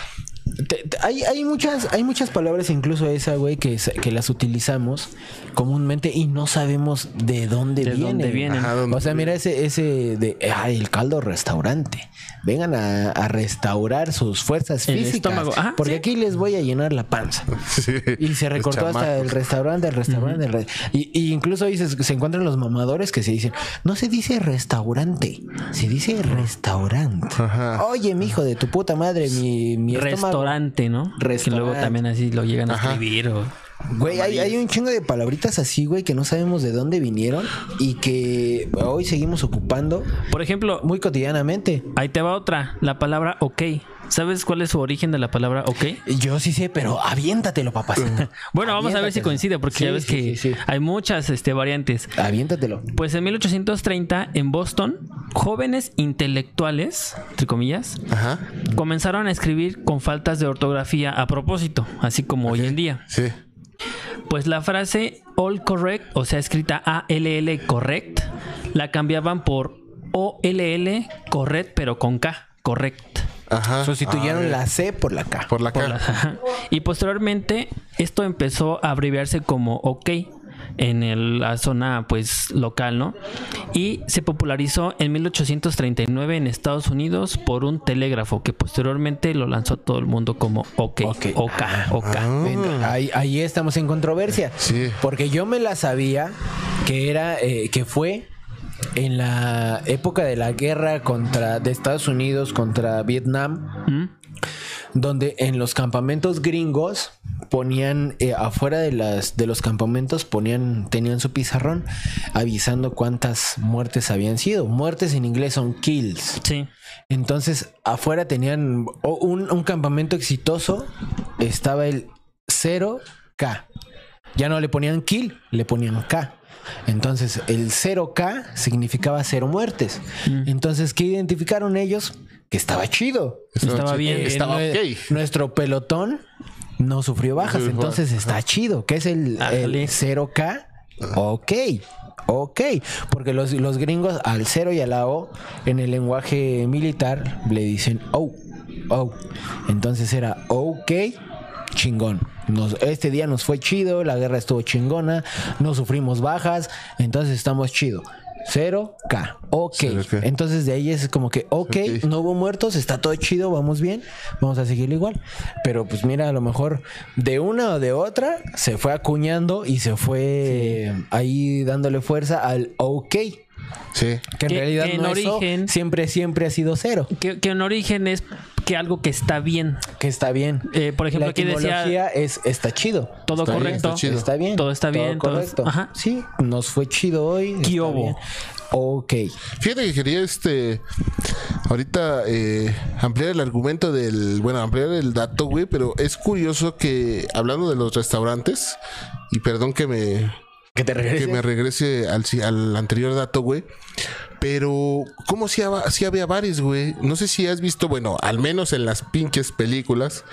Speaker 5: Te- te- hay, hay muchas, hay muchas palabras, incluso esa, güey, que, sa- que las utilizamos comúnmente y no sabemos de dónde
Speaker 4: De
Speaker 5: vienen.
Speaker 4: dónde vienen.
Speaker 3: Ajá, dónde
Speaker 5: o sea, mira ese, ese de ay, el caldo restaurante. Vengan a, a restaurar sus fuerzas
Speaker 4: El
Speaker 5: físicas.
Speaker 4: estómago, ajá,
Speaker 5: porque
Speaker 4: sí.
Speaker 5: aquí les voy a llenar la panza.
Speaker 3: Sí,
Speaker 5: Y se
Speaker 3: los
Speaker 5: recortó hasta
Speaker 3: chamacos.
Speaker 5: el restaurante, el restaurante, el re- y, y incluso ahí se, se encuentran los mamadores que se dicen, no se dice restaurante, se dice restaurante.
Speaker 3: Ajá.
Speaker 5: Oye, mi hijo de tu puta madre, mi, mi estómago".
Speaker 4: Restaurante, ¿no? Que luego
Speaker 5: Restaurante.
Speaker 4: también así lo llegan a
Speaker 3: Ajá.
Speaker 4: escribir o...
Speaker 5: Güey, hay, hay un chingo de palabritas así, güey, que no sabemos de dónde vinieron y que hoy seguimos ocupando
Speaker 4: Por ejemplo,
Speaker 5: muy cotidianamente.
Speaker 4: ahí te va otra, la palabra ok. ¿Sabes cuál es su origen de la palabra ok?
Speaker 5: Yo sí sé, pero aviéntatelo, papacito.
Speaker 4: Bueno, vamos a ver si
Speaker 5: Aviéntatelo.
Speaker 4: coincide, porque
Speaker 5: Ah, Sí,
Speaker 4: ya ves
Speaker 5: sí,
Speaker 4: que
Speaker 5: sí, sí.
Speaker 4: hay muchas este, variantes.
Speaker 5: Aviéntatelo.
Speaker 4: Pues en 1830, en Boston, jóvenes intelectuales, entre comillas,
Speaker 3: Ajá.
Speaker 4: comenzaron a escribir con faltas de ortografía a propósito, así como hoy en día.
Speaker 3: Sí.
Speaker 4: Pues la frase all correct, o sea, escrita ALL correct, la cambiaban por OLL correct, pero con K, correct.
Speaker 3: Ajá.
Speaker 5: Sustituyeron
Speaker 3: Ah,
Speaker 5: la C por la K.
Speaker 3: Por la
Speaker 4: Por
Speaker 3: cara.
Speaker 4: las- ajá. Y posteriormente esto empezó a abreviarse como OK en el- la zona pues local, ¿no? Y se popularizó en 1839 en Estados Unidos por un telégrafo que posteriormente lo lanzó todo el mundo como OK,
Speaker 5: Ok.
Speaker 4: OK, OK.
Speaker 3: Ah,
Speaker 5: Venga, ahí, ahí estamos en controversia.
Speaker 3: Sí.
Speaker 5: Porque yo me la sabía que era eh, que fue en la época de la guerra contra de Estados Unidos contra Vietnam,
Speaker 4: ¿Mm?
Speaker 5: donde en los campamentos gringos ponían eh, afuera de las de los campamentos ponían tenían su pizarrón avisando cuántas muertes habían sido. Muertes en inglés son kills.
Speaker 4: Sí.
Speaker 5: Entonces, afuera tenían o- un, un campamento exitoso. Estaba el 0K. Ya no le ponían kill, le ponían K. Entonces, el 0K significaba cero muertes. Entonces, ¿qué identificaron ellos? Que estaba chido.
Speaker 4: Estaba bien.
Speaker 3: Estaba
Speaker 5: Eh, nue-
Speaker 3: ok.
Speaker 5: Nuestro pelotón no sufrió bajas,
Speaker 3: Sufrió
Speaker 5: entonces está chido, que es el, el
Speaker 4: Ájale.
Speaker 5: 0K. Ok, ok, porque los, los gringos al 0 y a la O en el lenguaje militar le dicen oh, oh. Entonces era ok, chingón. Nos- este día nos fue chido, la guerra estuvo chingona, no sufrimos bajas, entonces estamos chido. 0K, ok.
Speaker 3: 0K.
Speaker 5: Entonces de ahí es como que, ok,
Speaker 3: Ok.
Speaker 5: no hubo muertos, está todo chido, vamos bien, vamos a seguir igual. Pero pues mira, a lo mejor de una o de otra se fue acuñando y se fue ahí dándole fuerza al ok, que
Speaker 3: Sí.
Speaker 5: en
Speaker 4: Que
Speaker 5: realidad
Speaker 4: en
Speaker 5: no es O,
Speaker 4: origen-
Speaker 5: siempre, siempre ha sido cero,
Speaker 4: Que, que en origen es que algo que está bien.
Speaker 5: que está bien.
Speaker 4: Eh, por ejemplo,
Speaker 5: La
Speaker 4: aquí decía-
Speaker 5: etimología es está chido.
Speaker 4: Todo
Speaker 3: Está bien,
Speaker 4: correcto.
Speaker 3: está chido.
Speaker 5: Está bien.
Speaker 4: Todo está bien, todo
Speaker 5: correcto.
Speaker 4: está- ajá.
Speaker 5: Sí, nos fue chido hoy. está
Speaker 4: ¿Qué hubo?
Speaker 5: bien. Ok.
Speaker 3: Fíjate que quería este ahorita eh, ampliar el argumento del, bueno, ampliar el dato, güey, pero es curioso que hablando de los restaurantes, y perdón que me,
Speaker 5: Que te
Speaker 3: que
Speaker 5: regreses.
Speaker 3: me regrese al, si- al anterior dato, güey. Pero, ¿cómo si, haba- si había bares, güey? No sé si has visto, bueno, al menos en las pinches películas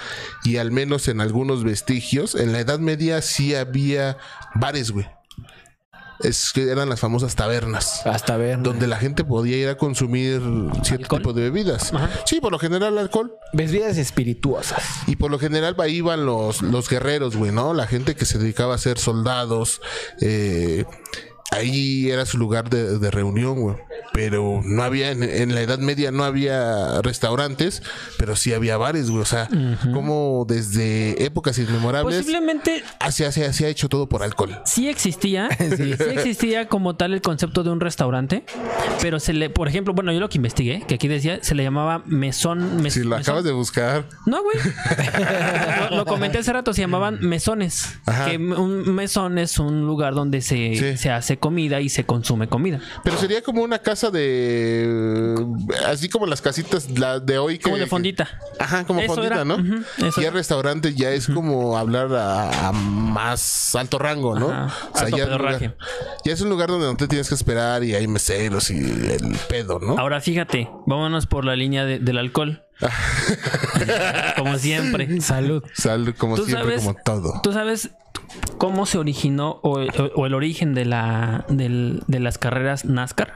Speaker 3: y al menos en algunos vestigios, en la Edad Media sí había bares, güey. Es que eran las famosas tabernas
Speaker 4: Ah.
Speaker 5: Hasta ver.
Speaker 3: donde la gente podía ir a consumir cierto
Speaker 4: ¿Alcohol?
Speaker 3: tipo de bebidas.
Speaker 4: Ajá.
Speaker 3: Sí, por lo general alcohol.
Speaker 5: Bebidas espirituosas.
Speaker 3: Y por lo general ahí iban los, los guerreros, güey, ¿no? La gente que se dedicaba a ser soldados. eh, ahí era su lugar de, de reunión, güey. Pero no había, en, en la Edad Media no había restaurantes, pero sí había bares, güey. O sea, como desde épocas inmemorables
Speaker 4: Posiblemente
Speaker 3: se, se- se ha hecho todo por alcohol.
Speaker 4: sí existía, sí. existía como tal el concepto de un restaurante, pero se le, por ejemplo, bueno, yo lo que investigué, que aquí decía, se le llamaba mesón. mes-
Speaker 3: Si lo
Speaker 4: mesón.
Speaker 3: acabas de buscar,
Speaker 4: No, güey. lo, lo comenté hace rato, se llamaban mesones.
Speaker 3: Ajá.
Speaker 4: Que m- un mesón es un lugar donde se,
Speaker 3: Sí.
Speaker 4: se hace comida y se consume comida.
Speaker 3: Pero sería como una casa de. Así como las casitas la de hoy. Que,
Speaker 4: Como de fondita.
Speaker 3: Ajá, como
Speaker 4: Eso
Speaker 3: fondita,
Speaker 4: era,
Speaker 3: ¿no?
Speaker 4: ujú, eso
Speaker 3: y el
Speaker 4: era.
Speaker 3: restaurante ya es como hablar a, a más alto rango, ¿no?
Speaker 4: Ajá,
Speaker 3: O sea,
Speaker 4: alto
Speaker 3: ya, es un
Speaker 4: pedorraje.
Speaker 3: lugar- ya es un lugar donde no te tienes que esperar y hay meseros y el pedo, ¿no?
Speaker 4: Ahora fíjate, vámonos por la línea de- del alcohol. como siempre. Salud.
Speaker 3: Sal como siempre, como todo.
Speaker 4: ¿Tú sabes cómo se originó o, o- o el origen de, la, del- de las carreras NASCAR?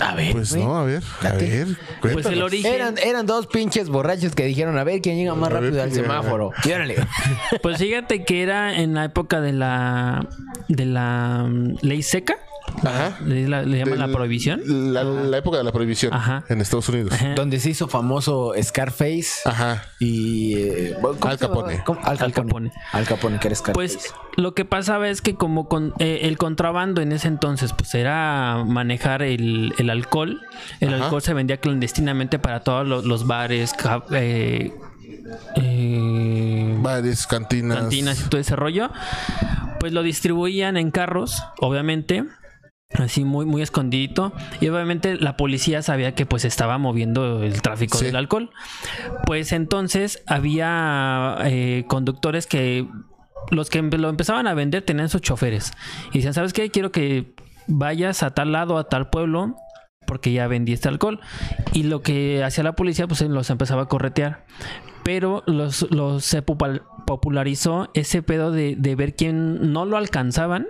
Speaker 5: A ver.
Speaker 3: Pues
Speaker 5: güey.
Speaker 3: no, a ver, a
Speaker 5: Date.
Speaker 3: ver.
Speaker 4: Pues el
Speaker 3: cuéntanos.
Speaker 4: origen.
Speaker 5: Eran, eran dos pinches borrachos que dijeron, a ver quién llega más
Speaker 3: A ver,
Speaker 5: rápido al
Speaker 3: quién llega.
Speaker 5: semáforo. Y órale.
Speaker 4: Pues fíjate que era en la época de la de la mm, ley seca,
Speaker 3: Ajá.
Speaker 4: le, la- le llaman la
Speaker 3: Del-
Speaker 4: prohibición.
Speaker 3: La, la época de la prohibición
Speaker 4: Ajá.
Speaker 3: en Estados Unidos.
Speaker 4: Ajá.
Speaker 5: Donde se hizo famoso Scarface
Speaker 3: Ajá.
Speaker 5: y... eh, ¿cómo
Speaker 3: Ah. Al
Speaker 5: se llama?
Speaker 3: Capone.
Speaker 5: ¿Cómo? Al
Speaker 4: Al
Speaker 5: Capone.
Speaker 4: Capone.
Speaker 5: Al Capone, que era Scarface.
Speaker 4: Pues lo que pasaba es que como con, eh, el contrabando en ese entonces pues era manejar el, el alcohol, el
Speaker 3: Ajá.
Speaker 4: alcohol se vendía clandestinamente para todos los, los bares, ca- eh, eh,
Speaker 3: Bares, cantinas.
Speaker 4: cantinas y todo ese rollo, pues lo distribuían en carros, obviamente. Así muy, muy escondidito. Y obviamente la policía sabía que pues estaba moviendo el tráfico
Speaker 3: Sí.
Speaker 4: del alcohol. Pues entonces había eh, conductores que los que lo empezaban a vender tenían sus choferes. Y decían, ¿sabes qué? Quiero que vayas a tal lado, a tal pueblo, porque ya vendí este alcohol. Y lo que hacía la policía, pues los empezaba a corretear. Pero los, los se popal- popularizó ese pedo de, de ver quién no lo alcanzaban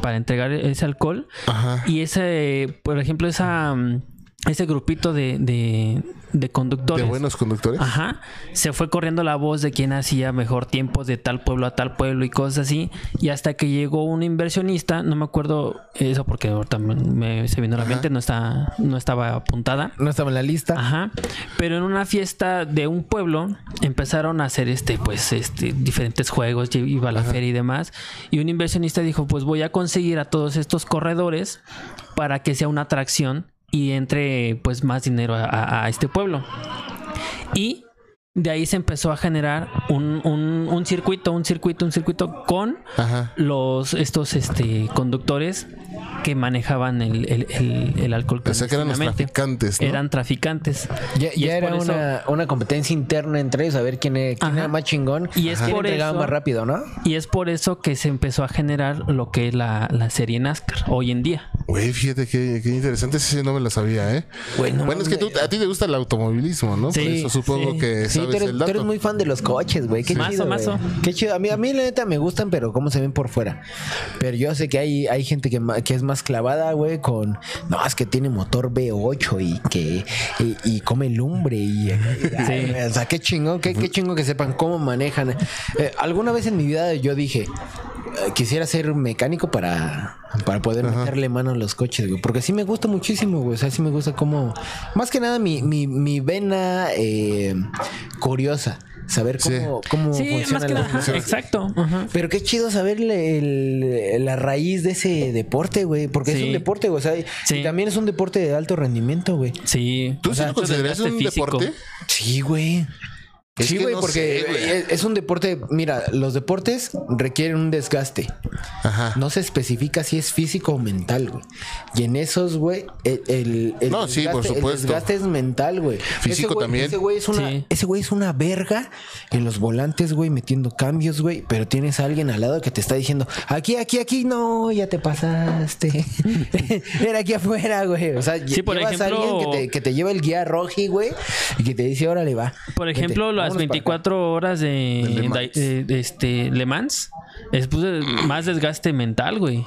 Speaker 4: para entregar ese alcohol.
Speaker 3: Ajá.
Speaker 4: Y ese, por ejemplo, esa, mm, ese grupito de, de, de
Speaker 3: De
Speaker 4: conductores.
Speaker 3: buenos conductores.
Speaker 4: Ajá. Se fue corriendo la voz de quién hacía mejor tiempos de tal pueblo a tal pueblo y cosas así. Y hasta que llegó un inversionista, no me acuerdo eso porque ahorita me, me- se vino a la
Speaker 3: Ajá.
Speaker 4: mente, no, está, no estaba apuntada.
Speaker 5: no estaba en la lista.
Speaker 4: Ajá. Pero en una fiesta de un pueblo empezaron a hacer este, pues, este, diferentes juegos, y- iba a la feria y demás. Y un inversionista dijo: Pues voy a conseguir a todos estos corredores para que sea una atracción y entre pues más dinero a- a- a este pueblo. Y de ahí se empezó a generar un, un- un circuito, un circuito, un circuito con
Speaker 3: Ajá.
Speaker 4: los estos este conductores que manejaban el, el- el- el alcohol
Speaker 3: O sea que eran los
Speaker 4: clandestinamente.
Speaker 3: traficantes. Pues, ¿no?
Speaker 4: Eran traficantes.
Speaker 5: Ya,
Speaker 4: Y
Speaker 5: ya
Speaker 4: es
Speaker 5: era
Speaker 4: por eso-
Speaker 5: una, una competencia interna entre ellos, a ver quién, e- quién
Speaker 4: Ajá.
Speaker 5: era más chingón.
Speaker 4: Y es
Speaker 5: quién
Speaker 4: por
Speaker 5: entregaba
Speaker 4: eso-
Speaker 5: más rápido, ¿no?
Speaker 4: Y es por eso que se empezó a generar lo que es la, la serie NASCAR hoy en día.
Speaker 3: Güey, fíjate qué, qué interesante. Sí, sí, no me lo sabía, ¿eh?
Speaker 5: Bueno,
Speaker 3: bueno, es que tú- a ti te gusta el automovilismo, ¿no?
Speaker 4: Sí,
Speaker 3: Por eso supongo
Speaker 4: sí.
Speaker 3: que Eh, sabes
Speaker 5: Sí, tú eres,
Speaker 3: el
Speaker 5: tú
Speaker 3: dato.
Speaker 5: eres muy fan de los coches, güey. Qué
Speaker 4: Mazo,
Speaker 5: chido. güey.
Speaker 4: mazo.
Speaker 5: Qué chido. A mí, a mí, la neta, me gustan, pero cómo se ven por fuera. Pero yo sé que hay, hay gente que, ma- que es más clavada, güey, con. No, es que tiene motor V8 y que. Y, y come lumbre. Y,
Speaker 4: Sí.
Speaker 5: O sea, qué chingo, qué, qué chingo que sepan cómo manejan. Eh, alguna vez en mi vida yo dije. eh, Quisiera ser mecánico para, para poder meterle mano a los coches, güey. Porque sí me gusta muchísimo, güey. O sea, sí me gusta cómo. Más que nada mi, mi, mi vena eh, curiosa. Saber
Speaker 3: Sí.
Speaker 5: cómo, cómo
Speaker 4: Sí,
Speaker 5: funcionan
Speaker 4: más que
Speaker 5: las
Speaker 4: nada. ajá,
Speaker 5: cosas.
Speaker 4: Exacto. ajá.
Speaker 5: Pero qué chido saber el- el- la raíz de ese deporte, güey. Porque es
Speaker 4: Sí.
Speaker 5: un deporte, güey. O sea, y-
Speaker 4: Sí.
Speaker 5: y también es un deporte de alto rendimiento, güey.
Speaker 4: Sí.
Speaker 3: ¿Tú
Speaker 4: O
Speaker 3: sí
Speaker 4: sea,
Speaker 3: lo
Speaker 4: mucho
Speaker 3: consideras
Speaker 4: desgaste
Speaker 3: un
Speaker 4: físico.
Speaker 3: deporte?
Speaker 5: Sí, güey.
Speaker 3: Es
Speaker 5: Sí,
Speaker 3: que
Speaker 5: güey,
Speaker 3: no
Speaker 5: porque e,
Speaker 3: sé, güey.
Speaker 5: es- es un deporte. Mira, los deportes requieren un desgaste.
Speaker 3: Ajá.
Speaker 5: No se especifica si es físico o mental, güey. Y en esos, güey, el, el- el
Speaker 3: No, sí, por
Speaker 5: el
Speaker 3: supuesto.
Speaker 5: desgaste es mental, güey.
Speaker 3: Físico
Speaker 5: Ese güey-
Speaker 3: también.
Speaker 5: Ese güey es una,
Speaker 4: Sí.
Speaker 5: ese güey es una verga en los volantes, güey, metiendo cambios, güey. Pero tienes a alguien al lado que te está diciendo, aquí, aquí, aquí, no, ya te pasaste. Era aquí afuera, güey. O sea,
Speaker 4: Sí, por
Speaker 5: llevas a alguien
Speaker 4: ejemplo-
Speaker 5: que te, que te lleva el guía roji, güey, y que te dice, órale, va.
Speaker 4: Por
Speaker 5: vete,
Speaker 4: ejemplo, las
Speaker 5: vámonos para acá".
Speaker 4: 24 horas de,
Speaker 3: De Le Mans.
Speaker 4: de- de este, Le Mans es pues, de- más desgaste mental, güey.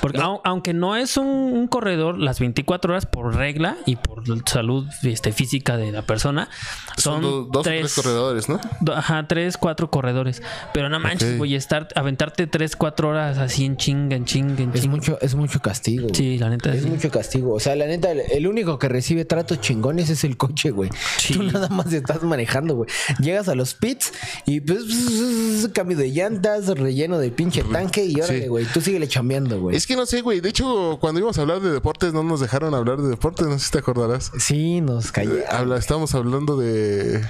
Speaker 4: Porque au- aunque no es un, un corredor, las 24 horas por regla y por salud este, física de la persona
Speaker 3: Son
Speaker 4: son,
Speaker 3: do- dos o tres corredores, ¿no?
Speaker 4: do- Ajá, tres, cuatro corredores. Pero no manches,
Speaker 3: Ok.
Speaker 4: güey, estar, aventarte tres, cuatro horas así en chinga, en chinga, en
Speaker 5: Es
Speaker 4: chinga.
Speaker 5: mucho, es mucho castigo. güey.
Speaker 4: Sí, la neta.
Speaker 5: Es
Speaker 4: sí.
Speaker 5: mucho castigo. O sea, la neta, el- el único que recibe tratos chingones es el coche, güey.
Speaker 4: Sí.
Speaker 5: Tú nada más estás manejando, güey. Llegas a los pits y pues cambio de llantas, relleno de pinche tanque y órale,
Speaker 3: Sí.
Speaker 5: güey. Tú síguele chambeando, güey.
Speaker 3: Es que no sé, güey. De hecho, cuando íbamos a hablar de deportes, no nos dejaron hablar de deportes. No sé si te acordarás. Eh,
Speaker 5: Sí, nos callé.
Speaker 3: Habla, estábamos hablando de,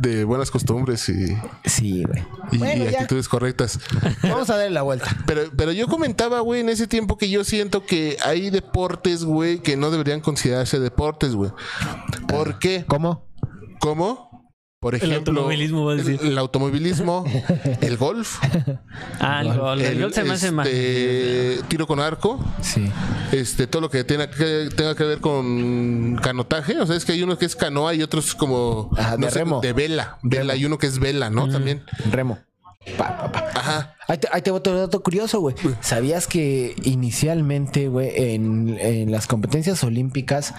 Speaker 3: de buenas costumbres y,
Speaker 5: Sí, güey.
Speaker 3: y-
Speaker 5: Bueno,
Speaker 3: y
Speaker 5: ya.
Speaker 3: actitudes correctas.
Speaker 5: Vamos a darle la vuelta.
Speaker 3: Pero, pero yo comentaba, güey, en ese tiempo que yo siento que hay deportes, güey, que no deberían considerarse deportes, güey.
Speaker 5: Ah,
Speaker 3: ¿Por qué?
Speaker 5: ¿Cómo?
Speaker 3: ¿Cómo? Por ejemplo,
Speaker 4: automovilismo, va a decir.
Speaker 3: el, el automovilismo, el golf,
Speaker 4: Ah, el gol. El gol se me hace mal.
Speaker 3: este, tiro con arco,
Speaker 5: Sí.
Speaker 3: este, todo lo que tenga que, tenga que ver con canotaje, o sea, es que hay uno que es canoa y otros como
Speaker 5: Ajá, de remo.
Speaker 4: Mm.
Speaker 3: de vela, vela, hay uno que es vela, ¿no? También.
Speaker 5: Remo. Pa, pa, pa.
Speaker 3: Ajá.
Speaker 5: Ahí te, ahí te va otro dato curioso, güey. ¿Sabías que inicialmente, güey, en, en las competencias olímpicas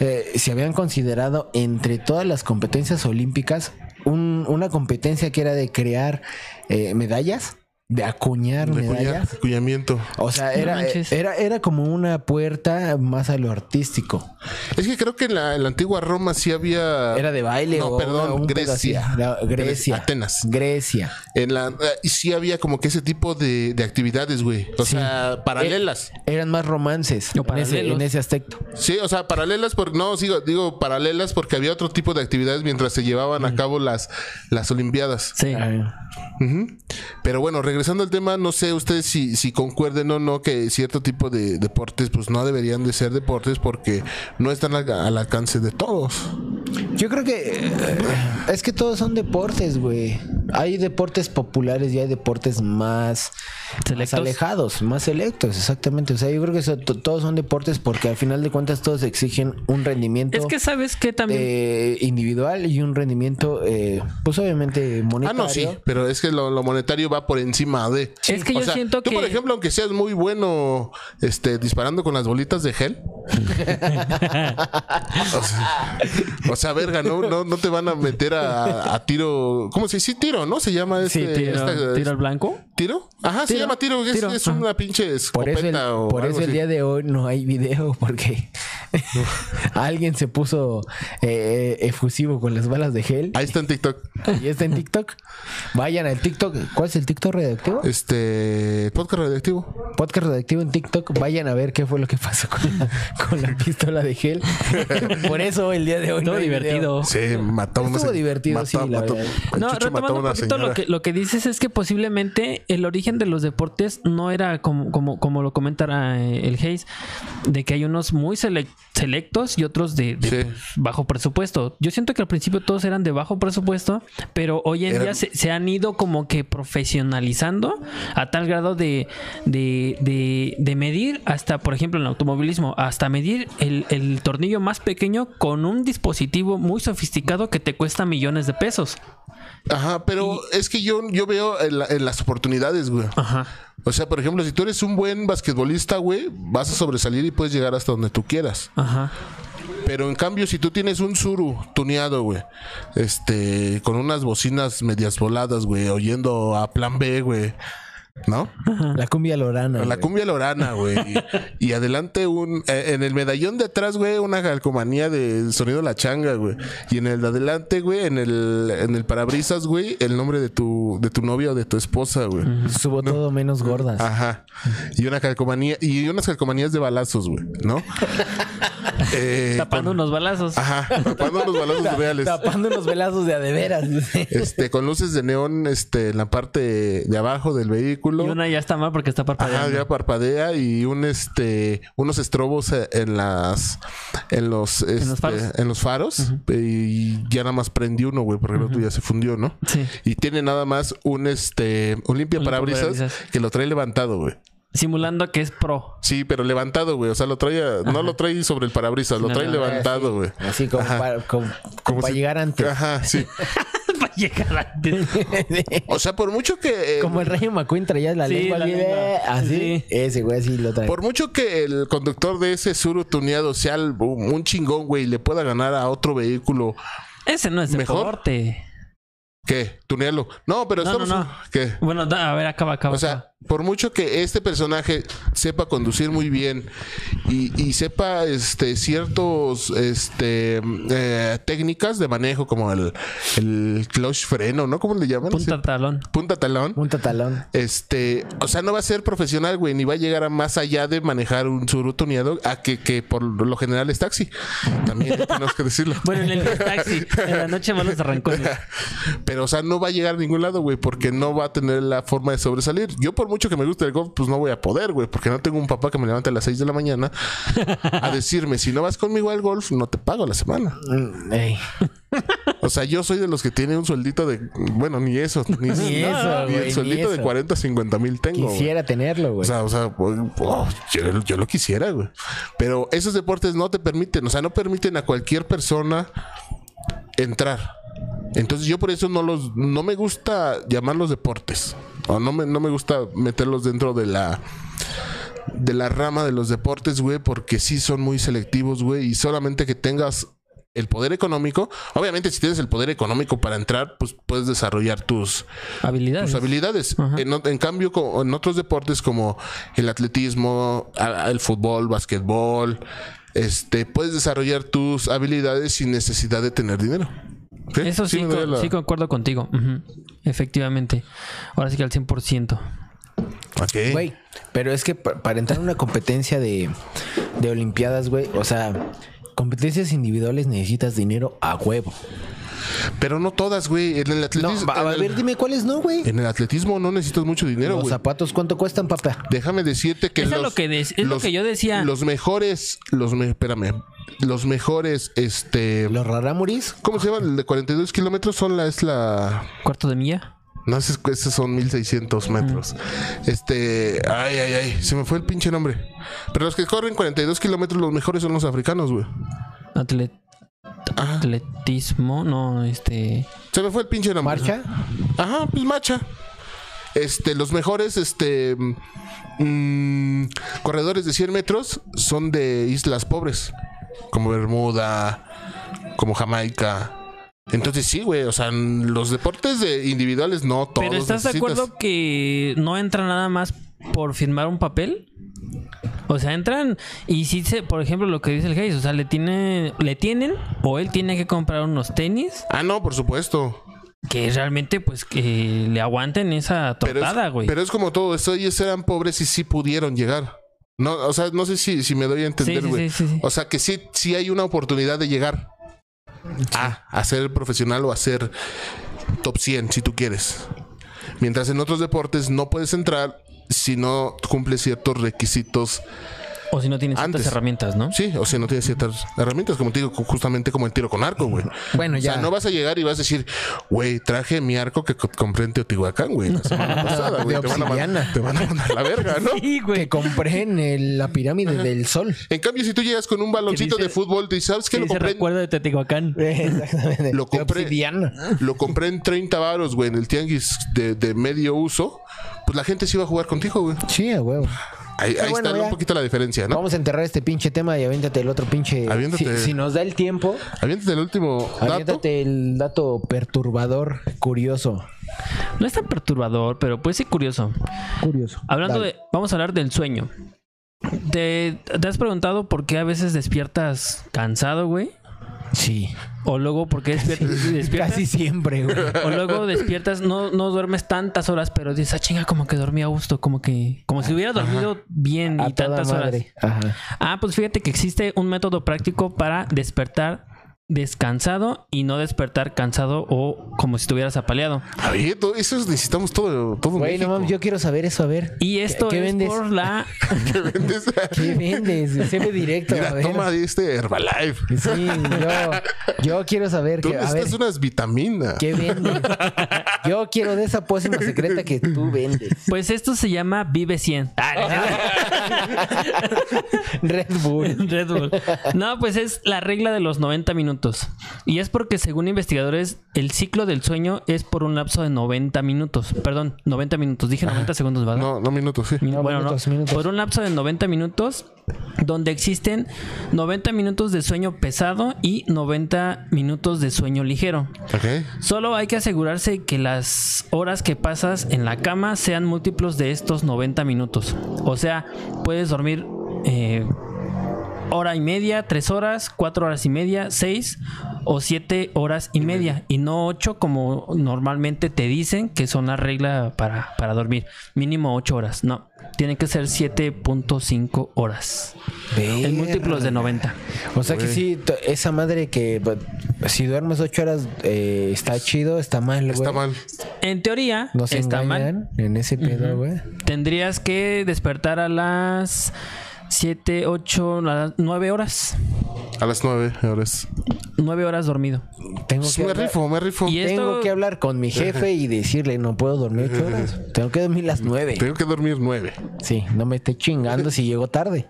Speaker 5: eh, se habían considerado entre todas las competencias olímpicas un- una competencia que era de crear eh, medallas, de acuñar
Speaker 3: De
Speaker 5: medallas?
Speaker 3: cuya- cuñamiento.
Speaker 5: O sea,
Speaker 4: No
Speaker 5: era,
Speaker 4: manches.
Speaker 5: era, era como una puerta más a lo artístico.
Speaker 3: Es que creo que en la, en la antigua Roma sí había.
Speaker 5: Era de baile
Speaker 3: Ah, No,
Speaker 5: o
Speaker 3: perdón,
Speaker 5: un pedo así.
Speaker 3: Grecia.
Speaker 5: La- Grecia.
Speaker 3: Atenas.
Speaker 5: Grecia.
Speaker 3: En la, eh, sí había como que ese tipo de, de actividades, güey. O sea, paralelas.
Speaker 5: Eran más romances
Speaker 4: O
Speaker 5: en ese,
Speaker 4: paralelos.
Speaker 5: en ese aspecto.
Speaker 3: Sí, o sea, paralelas porque no, sigo, digo paralelas porque había otro tipo de actividades mientras se llevaban a cabo las las olimpiadas.
Speaker 4: Sí.
Speaker 5: Ah,
Speaker 3: Ujú. Pero bueno, regresando al tema, no sé ustedes si, si concuerden o no que cierto tipo de deportes pues no deberían de ser deportes porque no están al, al alcance de todos.
Speaker 5: Yo creo que eh, es que todos son deportes, güey. Hay deportes populares y hay deportes más, más
Speaker 4: Selectos.
Speaker 5: alejados, más selectos, exactamente. O sea, yo creo que eso- to- todos son deportes porque al final de cuentas todos exigen un rendimiento.
Speaker 4: Es que sabes que también.
Speaker 5: eh, individual y un rendimiento, eh, pues obviamente
Speaker 3: Ah,
Speaker 5: monetario.
Speaker 3: no, sí, pero es que lo, lo monetario va por encima de.
Speaker 4: Es que
Speaker 3: O
Speaker 4: yo
Speaker 3: sea,
Speaker 4: siento
Speaker 3: tú,
Speaker 4: que.
Speaker 3: por ejemplo, aunque seas muy bueno este, disparando con las bolitas de gel. o, sea, o sea, verga, no, no, no te van a meter a, a tiro. ¿Cómo se dice? Sí, tiro, ¿no? Se llama
Speaker 4: Sí,
Speaker 3: este.
Speaker 4: tiro,
Speaker 3: esta-
Speaker 4: tiro al blanco.
Speaker 3: ¿Tiro? Ajá, se
Speaker 4: Tiro,
Speaker 3: llama tiro. Es,
Speaker 4: tiro,
Speaker 3: es
Speaker 4: ajá.
Speaker 3: una pinche
Speaker 5: Por
Speaker 3: escopeta
Speaker 5: eso, el,
Speaker 3: o
Speaker 5: por
Speaker 3: algo
Speaker 5: eso el
Speaker 3: así.
Speaker 5: día de hoy no hay video, porque alguien se puso eh, efusivo con las balas de gel.
Speaker 3: Ahí está en TikTok.
Speaker 5: Y está en TikTok. Vayan al TikTok. ¿Cuál es el TikTok redactivo?
Speaker 3: Este. Podcast radioactivo.
Speaker 5: Podcast redactivo en TikTok. Vayan a ver qué fue lo que pasó con la, con la pistola de gel. Por eso el día de hoy.
Speaker 4: Todo
Speaker 5: hay video.
Speaker 4: divertido.
Speaker 3: Sí, mató a una
Speaker 5: Estuvo
Speaker 3: se-
Speaker 5: divertido, sí, la verdad.
Speaker 3: el
Speaker 4: No,
Speaker 3: Chucho mató
Speaker 4: retomando
Speaker 3: a
Speaker 4: un
Speaker 3: una
Speaker 4: poquito lo
Speaker 3: señora.
Speaker 4: que, lo que dices es que posiblemente el origen de los deportes no era como, como, como lo comenta eh, el Hayes, de que hay unos muy selec- selectos y otros de, de,
Speaker 3: Sí.
Speaker 4: pues, bajo presupuesto. Yo siento que al principio todos eran de bajo presupuesto, pero hoy en
Speaker 3: Eran-
Speaker 4: día se, se han ido como que profesionalizando a tal grado de, de, de- de medir hasta, por ejemplo, en el automovilismo, hasta medir el, el tornillo más pequeño con un dispositivo muy sofisticado que te cuesta millones de pesos.
Speaker 3: Ajá, pero es que yo, yo veo en, la- en las oportunidades, güey.
Speaker 4: Ajá.
Speaker 3: O sea, por ejemplo, si tú eres un buen basquetbolista, güey, vas a sobresalir y puedes llegar hasta donde tú quieras.
Speaker 4: Ajá.
Speaker 3: Pero en cambio, si tú tienes un suru tuneado, güey, este, con unas bocinas medias voladas, güey, oyendo a plan B, güey, ¿no?
Speaker 5: La cumbia lorana.
Speaker 3: La
Speaker 5: güey.
Speaker 3: cumbia lorana, güey. Y, y adelante un... eh, en el medallón de atrás, güey, una calcomanía del sonido de la changa, güey. Y en el de adelante, güey, en el, en el parabrisas, güey, el nombre de tu, de tu novia o de tu esposa, güey.
Speaker 5: Subo todo menos gordas.
Speaker 3: Ajá. Y una calcomanía... Y unas calcomanías de balazos, güey, ¿no? Eh, Ah,
Speaker 4: Tapando unos balazos.
Speaker 3: Ajá. Tapando los balazos reales.
Speaker 5: Tapando los velazos de a de veras.
Speaker 3: Este, con luces de neón, este, en la parte de abajo del
Speaker 4: Y
Speaker 3: vehículo.
Speaker 4: una ya está mal porque está
Speaker 3: Ajá,
Speaker 4: parpadeando.
Speaker 3: ya parpadea y un este unos estrobos eh, en las en los este,
Speaker 4: los faros.
Speaker 3: en los faros y ya nada más prendí uno, güey, porque el otro ya se fundió, ¿no?
Speaker 4: Sí.
Speaker 3: Y tiene nada más un este un limpia parabrisas
Speaker 4: limpiaparabrisas.
Speaker 3: que lo trae levantado, güey.
Speaker 4: Simulando que es pro.
Speaker 3: Sí, pero levantado, güey, o sea, lo trae a- no lo trae sobre el parabrisas, lo
Speaker 4: No,
Speaker 3: trae
Speaker 4: no,
Speaker 3: levantado, güey.
Speaker 5: Así como para, como- como para
Speaker 3: si-
Speaker 5: llegar antes.
Speaker 3: Ajá, sí.
Speaker 4: Para llegar antes.
Speaker 3: O sea, por mucho que eh,
Speaker 5: Como el rey McQueen traía la
Speaker 4: Sí,
Speaker 5: lengua
Speaker 4: la
Speaker 5: así,
Speaker 4: lengua.
Speaker 5: eh, así.
Speaker 4: Sí.
Speaker 5: Ese güey así lo trae.
Speaker 3: Por mucho que el conductor de ese suru tuneado sea el- un chingón, güey, y le pueda ganar a otro vehículo
Speaker 4: Ese no es
Speaker 3: Mejor.
Speaker 4: deporte.
Speaker 3: ¿Qué? Tunealo. No, pero
Speaker 4: No,
Speaker 3: estamos.
Speaker 4: no, no.
Speaker 3: ¿Qué?
Speaker 4: Bueno, da- a ver, acaba, acaba.
Speaker 3: O sea, por mucho que este personaje sepa conducir muy bien y, y sepa este ciertos este eh, técnicas de manejo como el, el clutch freno, ¿no? ¿Cómo le llaman?
Speaker 4: punta al
Speaker 3: Sí.
Speaker 4: talón.
Speaker 3: Punta talón.
Speaker 5: Un tatalón.
Speaker 3: Este, o sea, no va a ser profesional, güey, ni va a llegar a más allá de manejar un suru tuneado a que, que por lo general es taxi. También tenemos que decirlo.
Speaker 4: Bueno, en el taxi. En la noche van los arrancones.
Speaker 3: Pero, o sea, no va a llegar a ningún lado, güey, porque no va a tener la forma de sobresalir. Yo, por mucho que me guste el golf, pues no voy a poder, güey, porque no tengo un papá que me levante a las 6 de la mañana a decirme, si no vas conmigo al golf, no te pago la semana.
Speaker 5: Mm, ey.
Speaker 3: O sea, yo soy de los que tiene un sueldito de, bueno, ni eso, ni,
Speaker 5: Ni eso,
Speaker 3: ni
Speaker 5: güey,
Speaker 3: el sueldito
Speaker 5: ni
Speaker 3: de
Speaker 5: eso.
Speaker 3: 40, 50 mil tengo. güey.
Speaker 5: Quisiera tenerlo,
Speaker 3: O
Speaker 5: güey.
Speaker 3: sea, o sea, pues, oh, yo, yo lo quisiera, güey. Pero esos deportes no te permiten, o sea, no permiten a cualquier persona entrar. Entonces yo por eso no los no me gusta llamarlos deportes. O no me, no me gusta meterlos dentro de la de la rama de los deportes, güey, porque sí son muy selectivos, güey, y solamente que tengas el poder económico, obviamente si tienes el poder económico para entrar, pues puedes desarrollar tus,
Speaker 4: Habilidades.
Speaker 3: tus Pues habilidades.
Speaker 4: Ajá.
Speaker 3: En, ot- en cambio, co- en otros deportes como el atletismo, a- el fútbol, basquetbol, este, puedes desarrollar tus habilidades sin necesidad de tener dinero. ¿Sí?
Speaker 4: Eso sí,
Speaker 3: me
Speaker 4: co-
Speaker 3: doy la-
Speaker 4: sí concuerdo contigo. Ujú. Efectivamente. Ahora sí que al 100%.
Speaker 3: Ok.
Speaker 5: Güey, pero es que pa- para entrar en una competencia de, de Olimpiadas, güey, o sea, competencias individuales necesitas dinero a huevo.
Speaker 3: Pero no todas, güey. En el
Speaker 5: No,
Speaker 3: atletismo.
Speaker 5: va- a
Speaker 3: en,
Speaker 5: ver,
Speaker 3: el,
Speaker 5: dime cuáles no, güey.
Speaker 3: en el atletismo no necesitas mucho dinero,
Speaker 5: Los
Speaker 3: güey.
Speaker 5: zapatos, ¿cuánto cuestan, papá?
Speaker 3: Déjame decirte que
Speaker 4: Eso es
Speaker 3: los-
Speaker 4: lo que de- es lo que yo decía.
Speaker 3: Los mejores, los me- espérame, los mejores, este,
Speaker 5: Los raramuris.
Speaker 3: ¿cómo se llama? El de 42 kilómetros son la es la
Speaker 4: Cuarto de milla.
Speaker 3: No, esos, esos son 1600 metros. Este. Ay, ay, ay. Se me fue el pinche nombre. Pero los que corren 42 kilómetros, los mejores son los africanos, güey.
Speaker 4: Atlet-
Speaker 3: Ajá.
Speaker 4: Atletismo. No, este.
Speaker 3: Se me fue el pinche nombre.
Speaker 5: Marcha.
Speaker 3: Ajá, pues macha. Este, los mejores, este. mm, corredores de 100 metros son de islas pobres. Como Bermuda, como Jamaica. Entonces sí, güey. O sea, los deportes de individuales no todos.
Speaker 4: Pero ¿estás de
Speaker 3: necesitas.
Speaker 4: acuerdo que no entra nada más por firmar un papel? O sea, entran y si se, por ejemplo, lo que dice el Hayes, o sea, le tiene, le tienen o él tiene que comprar unos tenis
Speaker 3: Ah, no, por supuesto.
Speaker 4: que realmente, pues, que le aguanten esa
Speaker 3: Pero es-
Speaker 4: tortada, güey.
Speaker 3: Pero es como todo, esto, ellos eran pobres y sí pudieron llegar. No, o sea, no sé si, si me doy a entender,
Speaker 4: Sí, sí,
Speaker 3: güey.
Speaker 4: sí, sí, sí.
Speaker 3: O sea, que sí, sí hay una oportunidad de llegar a, a ser profesional o a ser top 100, si tú quieres. Mientras en otros deportes no puedes entrar si no cumples ciertos requisitos.
Speaker 4: O si no tienen ciertas
Speaker 3: Antes.
Speaker 4: herramientas, ¿no?
Speaker 3: Sí, o si no tienes ciertas herramientas, como te digo, justamente como el tiro con arco, güey.
Speaker 5: Bueno,
Speaker 3: O sea,
Speaker 5: ya.
Speaker 3: no vas a llegar y vas a decir, güey, traje mi arco que co- compré en Teotihuacán, güey, la semana pasada, güey.
Speaker 5: Ah, De
Speaker 3: Te van, a mandar,
Speaker 5: obsidiana.
Speaker 3: te van a mandar a la verga, ¿no?
Speaker 4: Sí,
Speaker 5: Que compré en el- la pirámide del sol.
Speaker 3: En cambio, si tú llegas con un baloncito
Speaker 4: Que dice-
Speaker 3: de fútbol, te dices, ¿sabes qué?
Speaker 4: Sí,
Speaker 3: Lo
Speaker 4: se
Speaker 3: compré, en-
Speaker 4: recuerda de Teotihuacán.
Speaker 5: Exactamente.
Speaker 3: Lo
Speaker 5: De
Speaker 3: compré.
Speaker 5: obsidiana.
Speaker 3: lo compré en 30 varos, güey, en el tianguis de, de medio uso. Pues la gente se iba a jugar contigo, güey.
Speaker 5: Sí, a huevo.
Speaker 3: Ahí, ahí
Speaker 5: bueno,
Speaker 3: está
Speaker 5: ya.
Speaker 3: un poquito la diferencia, ¿no?
Speaker 5: Vamos a enterrar este pinche tema y aviéntate el otro pinche.
Speaker 3: Aviéntate.
Speaker 5: Si, si nos da el tiempo,
Speaker 3: Aviéntate el último dato.
Speaker 5: aviéntate el dato perturbador, curioso.
Speaker 4: No es tan perturbador, pero puede ser curioso.
Speaker 5: Curioso.
Speaker 4: Hablando de. Vamos a hablar del sueño. ¿Te, te has preguntado por qué a veces despiertas cansado, güey?
Speaker 5: Sí.
Speaker 4: O luego por qué despiertas. despiertas-
Speaker 5: Casi siempre, güey.
Speaker 4: O luego despiertas, no, no duermes tantas horas, pero dices, ah, chinga, como que dormí a gusto, como que. Como si hubiera dormido bien
Speaker 5: A
Speaker 4: y
Speaker 5: toda
Speaker 4: tantas horas.
Speaker 5: madre. Ajá.
Speaker 4: Ah, pues fíjate que existe un método práctico para despertar descansado y no despertar cansado o como si estuvieras apaleado.
Speaker 3: A ver, todo- eso es- necesitamos todo, todo
Speaker 5: Güey, no
Speaker 3: México.
Speaker 5: mames, yo quiero saber eso, a ver.
Speaker 4: Y esto
Speaker 5: ¿Qué
Speaker 4: es
Speaker 5: vendes?
Speaker 4: por la
Speaker 3: ¿Qué vendes?
Speaker 5: ¿Qué vendes? Seme directo, a
Speaker 3: Mira,
Speaker 5: ver.
Speaker 3: toma de este Herbalife.
Speaker 5: Sí, yo, yo quiero saber
Speaker 3: Tú
Speaker 5: que, a ver,
Speaker 3: necesitas unas vitaminas.
Speaker 5: ¿qué vendes? Yo quiero de esa pócima secreta que tú vendes.
Speaker 4: Pues esto se llama Vive Ah, 100.
Speaker 5: Red Bull.
Speaker 4: Red Bull. No, pues es la regla de los 90 minutos. Y es porque según investigadores, el ciclo del sueño es por un lapso de 90 minutos. Perdón, 90 minutos. Dije 90 segundos, ¿verdad?
Speaker 3: No, no minutos, sí.
Speaker 4: Min-
Speaker 5: Ah, No,
Speaker 4: bueno, no.
Speaker 5: minutos, minutos.
Speaker 4: Por un lapso de 90 minutos, donde existen 90 minutos de sueño pesado y 90 minutos de sueño ligero.
Speaker 3: Ok.
Speaker 4: Solo hay que asegurarse que las horas que pasas en la cama sean múltiplos de estos 90 minutos. O sea, puedes dormir eh, hora y media, tres horas, cuatro horas y media, seis o siete horas y media. Y no ocho como normalmente te dicen que son la regla para, para dormir. Mínimo ocho horas. No, tiene que ser 7.5 horas. El múltiplo es de 90.
Speaker 5: O sea que sí, t- esa madre que but, si duermes ocho horas eh, está chido, está mal, güey.
Speaker 3: Está mal.
Speaker 4: En teoría,
Speaker 5: Nos
Speaker 4: está mal.
Speaker 5: engañan en ese pedo, güey.
Speaker 4: Tendrías que despertar a las 7, 8, 9 horas.
Speaker 3: A las 9 horas.
Speaker 4: 9 horas dormido.
Speaker 5: Tengo
Speaker 3: Pues
Speaker 5: que
Speaker 3: me
Speaker 5: hablar-
Speaker 3: rifo, me rifo.
Speaker 4: Y
Speaker 5: Tengo
Speaker 4: esto-
Speaker 5: que hablar con mi jefe y decirle, no puedo dormir ocho horas. Tengo que dormir las nueve.
Speaker 3: Tengo que dormir 9.
Speaker 5: Sí, no me esté chingando si llego tarde.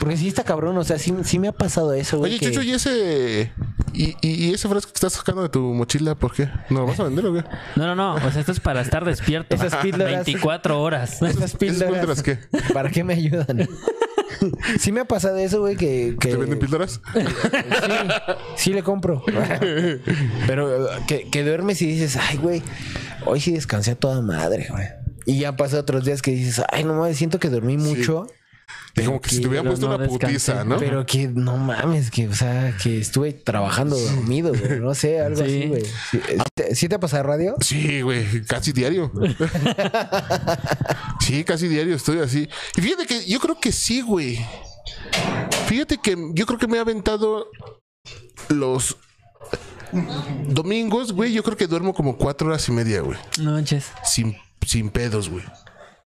Speaker 5: Porque sí está cabrón, o sea, sí, sí me ha pasado eso, güey.
Speaker 3: Oye,
Speaker 5: que-
Speaker 3: Chucho, ¿y ese ¿Y, y, y ese frasco que estás sacando de tu mochila, por qué? ¿No lo vas a vender o qué?
Speaker 4: No, no, no. O sea, esto es para estar despierto.
Speaker 5: Esas píldoras.
Speaker 4: 24 horas.
Speaker 5: Esas
Speaker 3: píldoras qué?
Speaker 5: ¿Para qué me ayudan? Sí me ha pasado eso, güey, que... que
Speaker 3: ¿Te venden píldoras?
Speaker 5: Sí, sí le compro. Pero eh, que, que duermes y dices, ay, güey, hoy sí descansé a toda madre, güey. Y ya pasa otros días que dices, ay, no mames, siento que dormí mucho.
Speaker 3: Es como que si te hubieran
Speaker 4: pero
Speaker 3: puesto
Speaker 4: no
Speaker 3: una putiza,
Speaker 4: descansé,
Speaker 3: ¿no?
Speaker 5: Pero que no mames, que, o sea, que estuve trabajando dormido, güey. No sé, algo
Speaker 4: Sí.
Speaker 5: así, güey. Sí, eh, ¿te- ¿Sí te pasa radio?
Speaker 3: Sí, güey, casi diario. sí, casi diario estoy así. Y fíjate que yo creo que sí, güey. Fíjate que yo creo que me he aventado los domingos, güey. Yo creo que duermo como cuatro horas y media, güey.
Speaker 4: No manches.
Speaker 3: Sin, sin pedos, güey.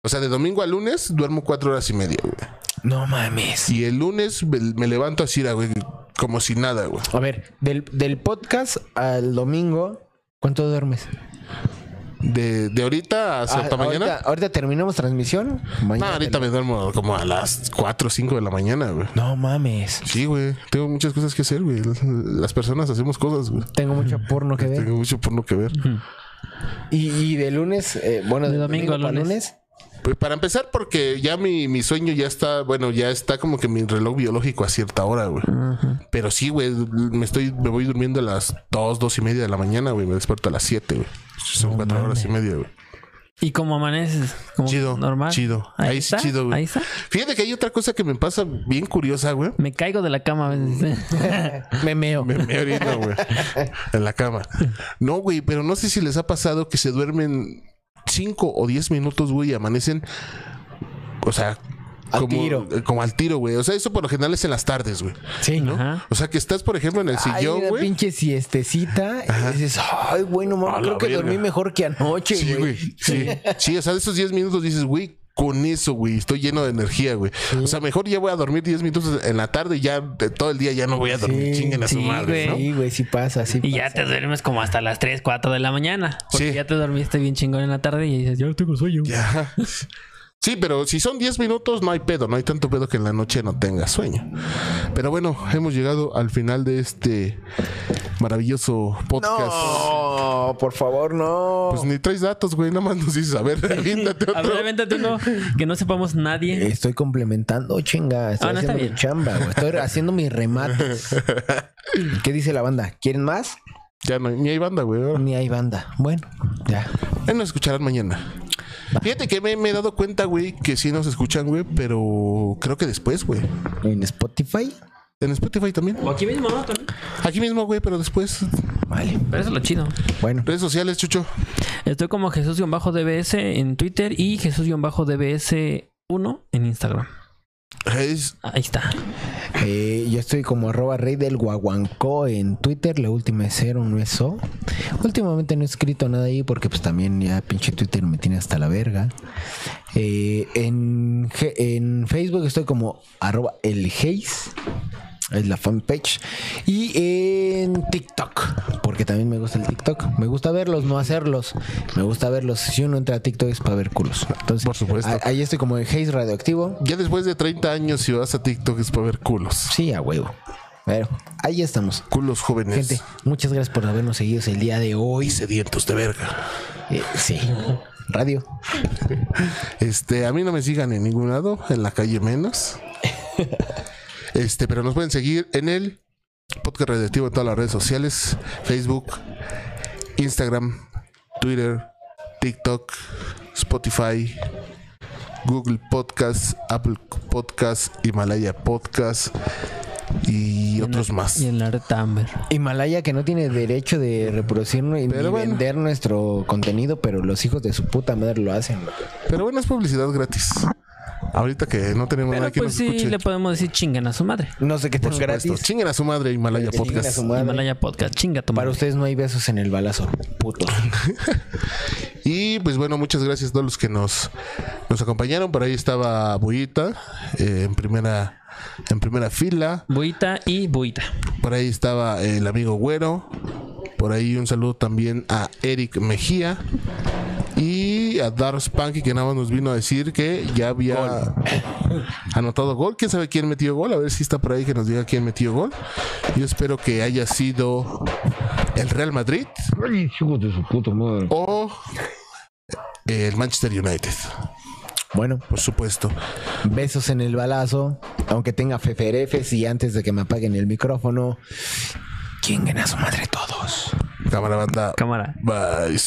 Speaker 3: O sea, de domingo a lunes duermo cuatro horas y media, güey.
Speaker 5: No mames.
Speaker 3: Y el lunes me, me levanto así, güey, como si nada, güey.
Speaker 5: A ver, del, del podcast al domingo, ¿cuánto duermes?
Speaker 3: De, de ahorita hasta
Speaker 5: Ah,
Speaker 3: mañana.
Speaker 5: Ahorita, ahorita terminamos transmisión.
Speaker 3: No,
Speaker 5: Mañana
Speaker 3: ahorita me duermo como a las 4 o 5 de la mañana, güey.
Speaker 5: No mames.
Speaker 3: Sí, güey. Tengo muchas cosas que hacer, güey. Las personas hacemos cosas, güey.
Speaker 5: Tengo mucho porno que ver.
Speaker 3: Tengo mucho porno que ver.
Speaker 5: Y, y de lunes, eh, bueno,
Speaker 4: De
Speaker 5: de
Speaker 4: domingo
Speaker 5: domingo,
Speaker 4: a
Speaker 5: para
Speaker 4: lunes.
Speaker 5: lunes.
Speaker 3: Pues para empezar, porque ya mi, mi sueño ya está, bueno, ya está como que mi reloj biológico a cierta hora, güey. Pero sí, güey, me estoy, me voy durmiendo a las 2, 2 y media de la mañana, güey. Me despierto a las 7, güey. Son 4 horas y media, güey.
Speaker 4: ¿Y cómo amaneces? ¿Cómo
Speaker 3: Chido.
Speaker 4: ¿Normal?
Speaker 3: Chido. Ahí, sí,
Speaker 4: está?
Speaker 3: chido, güey.
Speaker 4: Ahí está.
Speaker 3: Fíjate que hay otra cosa que me pasa bien curiosa, güey.
Speaker 4: Me caigo de la cama a veces.
Speaker 5: Me meo.
Speaker 3: Me, me orino, güey. En la cama. No, güey, pero no sé si les ha pasado que se duermen 5 o 10 minutos, güey, y amanecen. O sea.
Speaker 5: Al
Speaker 3: como,
Speaker 5: tiro.
Speaker 3: eh, como al tiro, güey. O sea, eso por lo general es en las tardes, güey.
Speaker 5: Sí, ¿no?
Speaker 4: Ajá.
Speaker 3: O sea, que estás, por ejemplo, en el
Speaker 5: Ay,
Speaker 3: sillón,
Speaker 5: una
Speaker 3: güey.
Speaker 5: pinche siestecita. Y dices, ay, güey, no
Speaker 3: A
Speaker 5: mames,
Speaker 3: la
Speaker 5: creo que
Speaker 3: verga.
Speaker 5: dormí mejor que anoche,
Speaker 3: Sí, güey. Sí. sí, o sea, de esos 10 minutos dices, güey, con eso, güey, estoy lleno de energía, güey. O sea, mejor ya voy a dormir 10 minutos en la tarde y ya eh, todo el día ya no voy a dormir.
Speaker 5: Sí,
Speaker 3: Chinguen a su
Speaker 4: sí,
Speaker 3: madre, ¿no?
Speaker 4: güey.
Speaker 5: Sí, güey, sí pasa, sí
Speaker 4: Y ya
Speaker 5: pasa.
Speaker 4: te duermes como hasta las 3, 4 de la mañana. Porque
Speaker 3: Sí.
Speaker 4: ya te dormiste bien chingón en la tarde y dices, yo tengo sueño.
Speaker 3: Ya. Sí, pero si son 10 minutos no hay pedo, no hay tanto pedo que en la noche no tengas sueño. Pero bueno, hemos llegado al final de este maravilloso podcast.
Speaker 5: No, por favor, no.
Speaker 3: Pues ni traes datos, güey, nada más nos dices, a ver, aviéntate
Speaker 4: A
Speaker 3: otro.
Speaker 4: ver, véntate uno que no sepamos
Speaker 3: Eh.
Speaker 4: nadie.
Speaker 5: Estoy complementando, chinga. Estoy
Speaker 4: Ah, no, está bien.
Speaker 5: haciendo mi chamba, güey. Estoy haciendo mi remate. ¿Qué dice la banda? ¿Quieren más?
Speaker 3: Ya no, ni hay banda, güey. ahora.
Speaker 5: Ni hay banda. Bueno, ya.
Speaker 3: Ahí nos escucharán mañana. Fíjate que me, me he dado cuenta, güey, que sí nos escuchan, güey, pero creo que después, güey.
Speaker 5: En Spotify.
Speaker 3: En Spotify también.
Speaker 4: O aquí mismo, ¿no? Tony?
Speaker 3: Aquí mismo, güey, pero después.
Speaker 5: Vale.
Speaker 4: Pero eso es lo chido.
Speaker 5: Bueno,
Speaker 3: Redes sociales, Chucho.
Speaker 4: Estoy como Jesús-DBS en Twitter y Jesús-DBS1 en Instagram.
Speaker 3: Es-
Speaker 4: Ahí está.
Speaker 5: eh, yo estoy como arroba rey del guaguancó en Twitter. La última es cero, no es o. Últimamente no he escrito nada ahí porque pues también ya pinche Twitter me tiene hasta la verga. Eh, en, Ge- en Facebook estoy como arroba el Geis. Es la fanpage. Y en TikTok. Porque también me gusta el TikTok. Me gusta verlos, no hacerlos. Me gusta verlos. Si uno entra a TikTok es para ver culos. Entonces,
Speaker 3: Por supuesto.
Speaker 5: a- Ahí estoy como el Haze Radioactivo.
Speaker 3: Ya después de 30 años, si vas a TikTok es para ver culos.
Speaker 5: Sí, a huevo. Pero ahí estamos.
Speaker 3: Culos jóvenes.
Speaker 5: Gente, muchas gracias por habernos seguido el día de
Speaker 3: y
Speaker 5: hoy.
Speaker 3: sedientos de verga.
Speaker 5: Eh, sí. Radio.
Speaker 3: Este, a mí no me sigan en ningún lado, en la calle menos. Este, pero nos pueden seguir en el podcast radioactivo en todas las redes sociales: Facebook, Instagram, Twitter, TikTok, Spotify, Google Podcast, Apple Podcast, Himalaya Podcast y otros más.
Speaker 4: Y en la red Tumblr.
Speaker 3: Ah,
Speaker 5: Himalaya que no tiene derecho de reproducir ni
Speaker 3: Pero
Speaker 5: ni
Speaker 3: bueno.
Speaker 5: vender nuestro contenido, pero los hijos de su puta madre lo hacen.
Speaker 3: Pero bueno, es publicidad gratis. Ahorita que no tenemos
Speaker 4: Pero
Speaker 3: nadie que
Speaker 4: pues
Speaker 3: nos
Speaker 4: sí,
Speaker 3: escuche.
Speaker 4: le podemos decir chingan a su madre.
Speaker 5: No sé qué
Speaker 3: Por
Speaker 5: tan
Speaker 3: supuesto.
Speaker 5: gratis.
Speaker 3: Chinguen a su madre Himalaya
Speaker 5: Que chinguen a
Speaker 3: Podcast.
Speaker 5: su madre.
Speaker 4: Himalaya Podcast, chinga a tu
Speaker 5: Para
Speaker 4: madre.
Speaker 5: ustedes no hay besos en el balazo, puto.
Speaker 3: Y pues bueno, muchas gracias a todos los que nos, nos acompañaron. Por ahí estaba Bullita eh, en primera en primera fila.
Speaker 4: Buita y Buita.
Speaker 3: Por ahí estaba el amigo Güero. Por ahí un saludo también a Eric Mejía. Y a Darth Punk que nada más nos vino a decir que ya había anotado gol. ¿Quién sabe quién metió gol? A ver si está por ahí que nos diga quién metió gol. Yo espero que haya sido el Real Madrid
Speaker 6: Ay, hijo de su puta madre.
Speaker 3: o el Manchester United,
Speaker 5: Bueno,
Speaker 3: por supuesto.
Speaker 5: besos en el balazo. Aunque tenga feferefes y antes de que me apaguen el micrófono. ¿Quién gana su madre todos?
Speaker 3: Cámara banda.
Speaker 4: Cámara.
Speaker 3: Bye.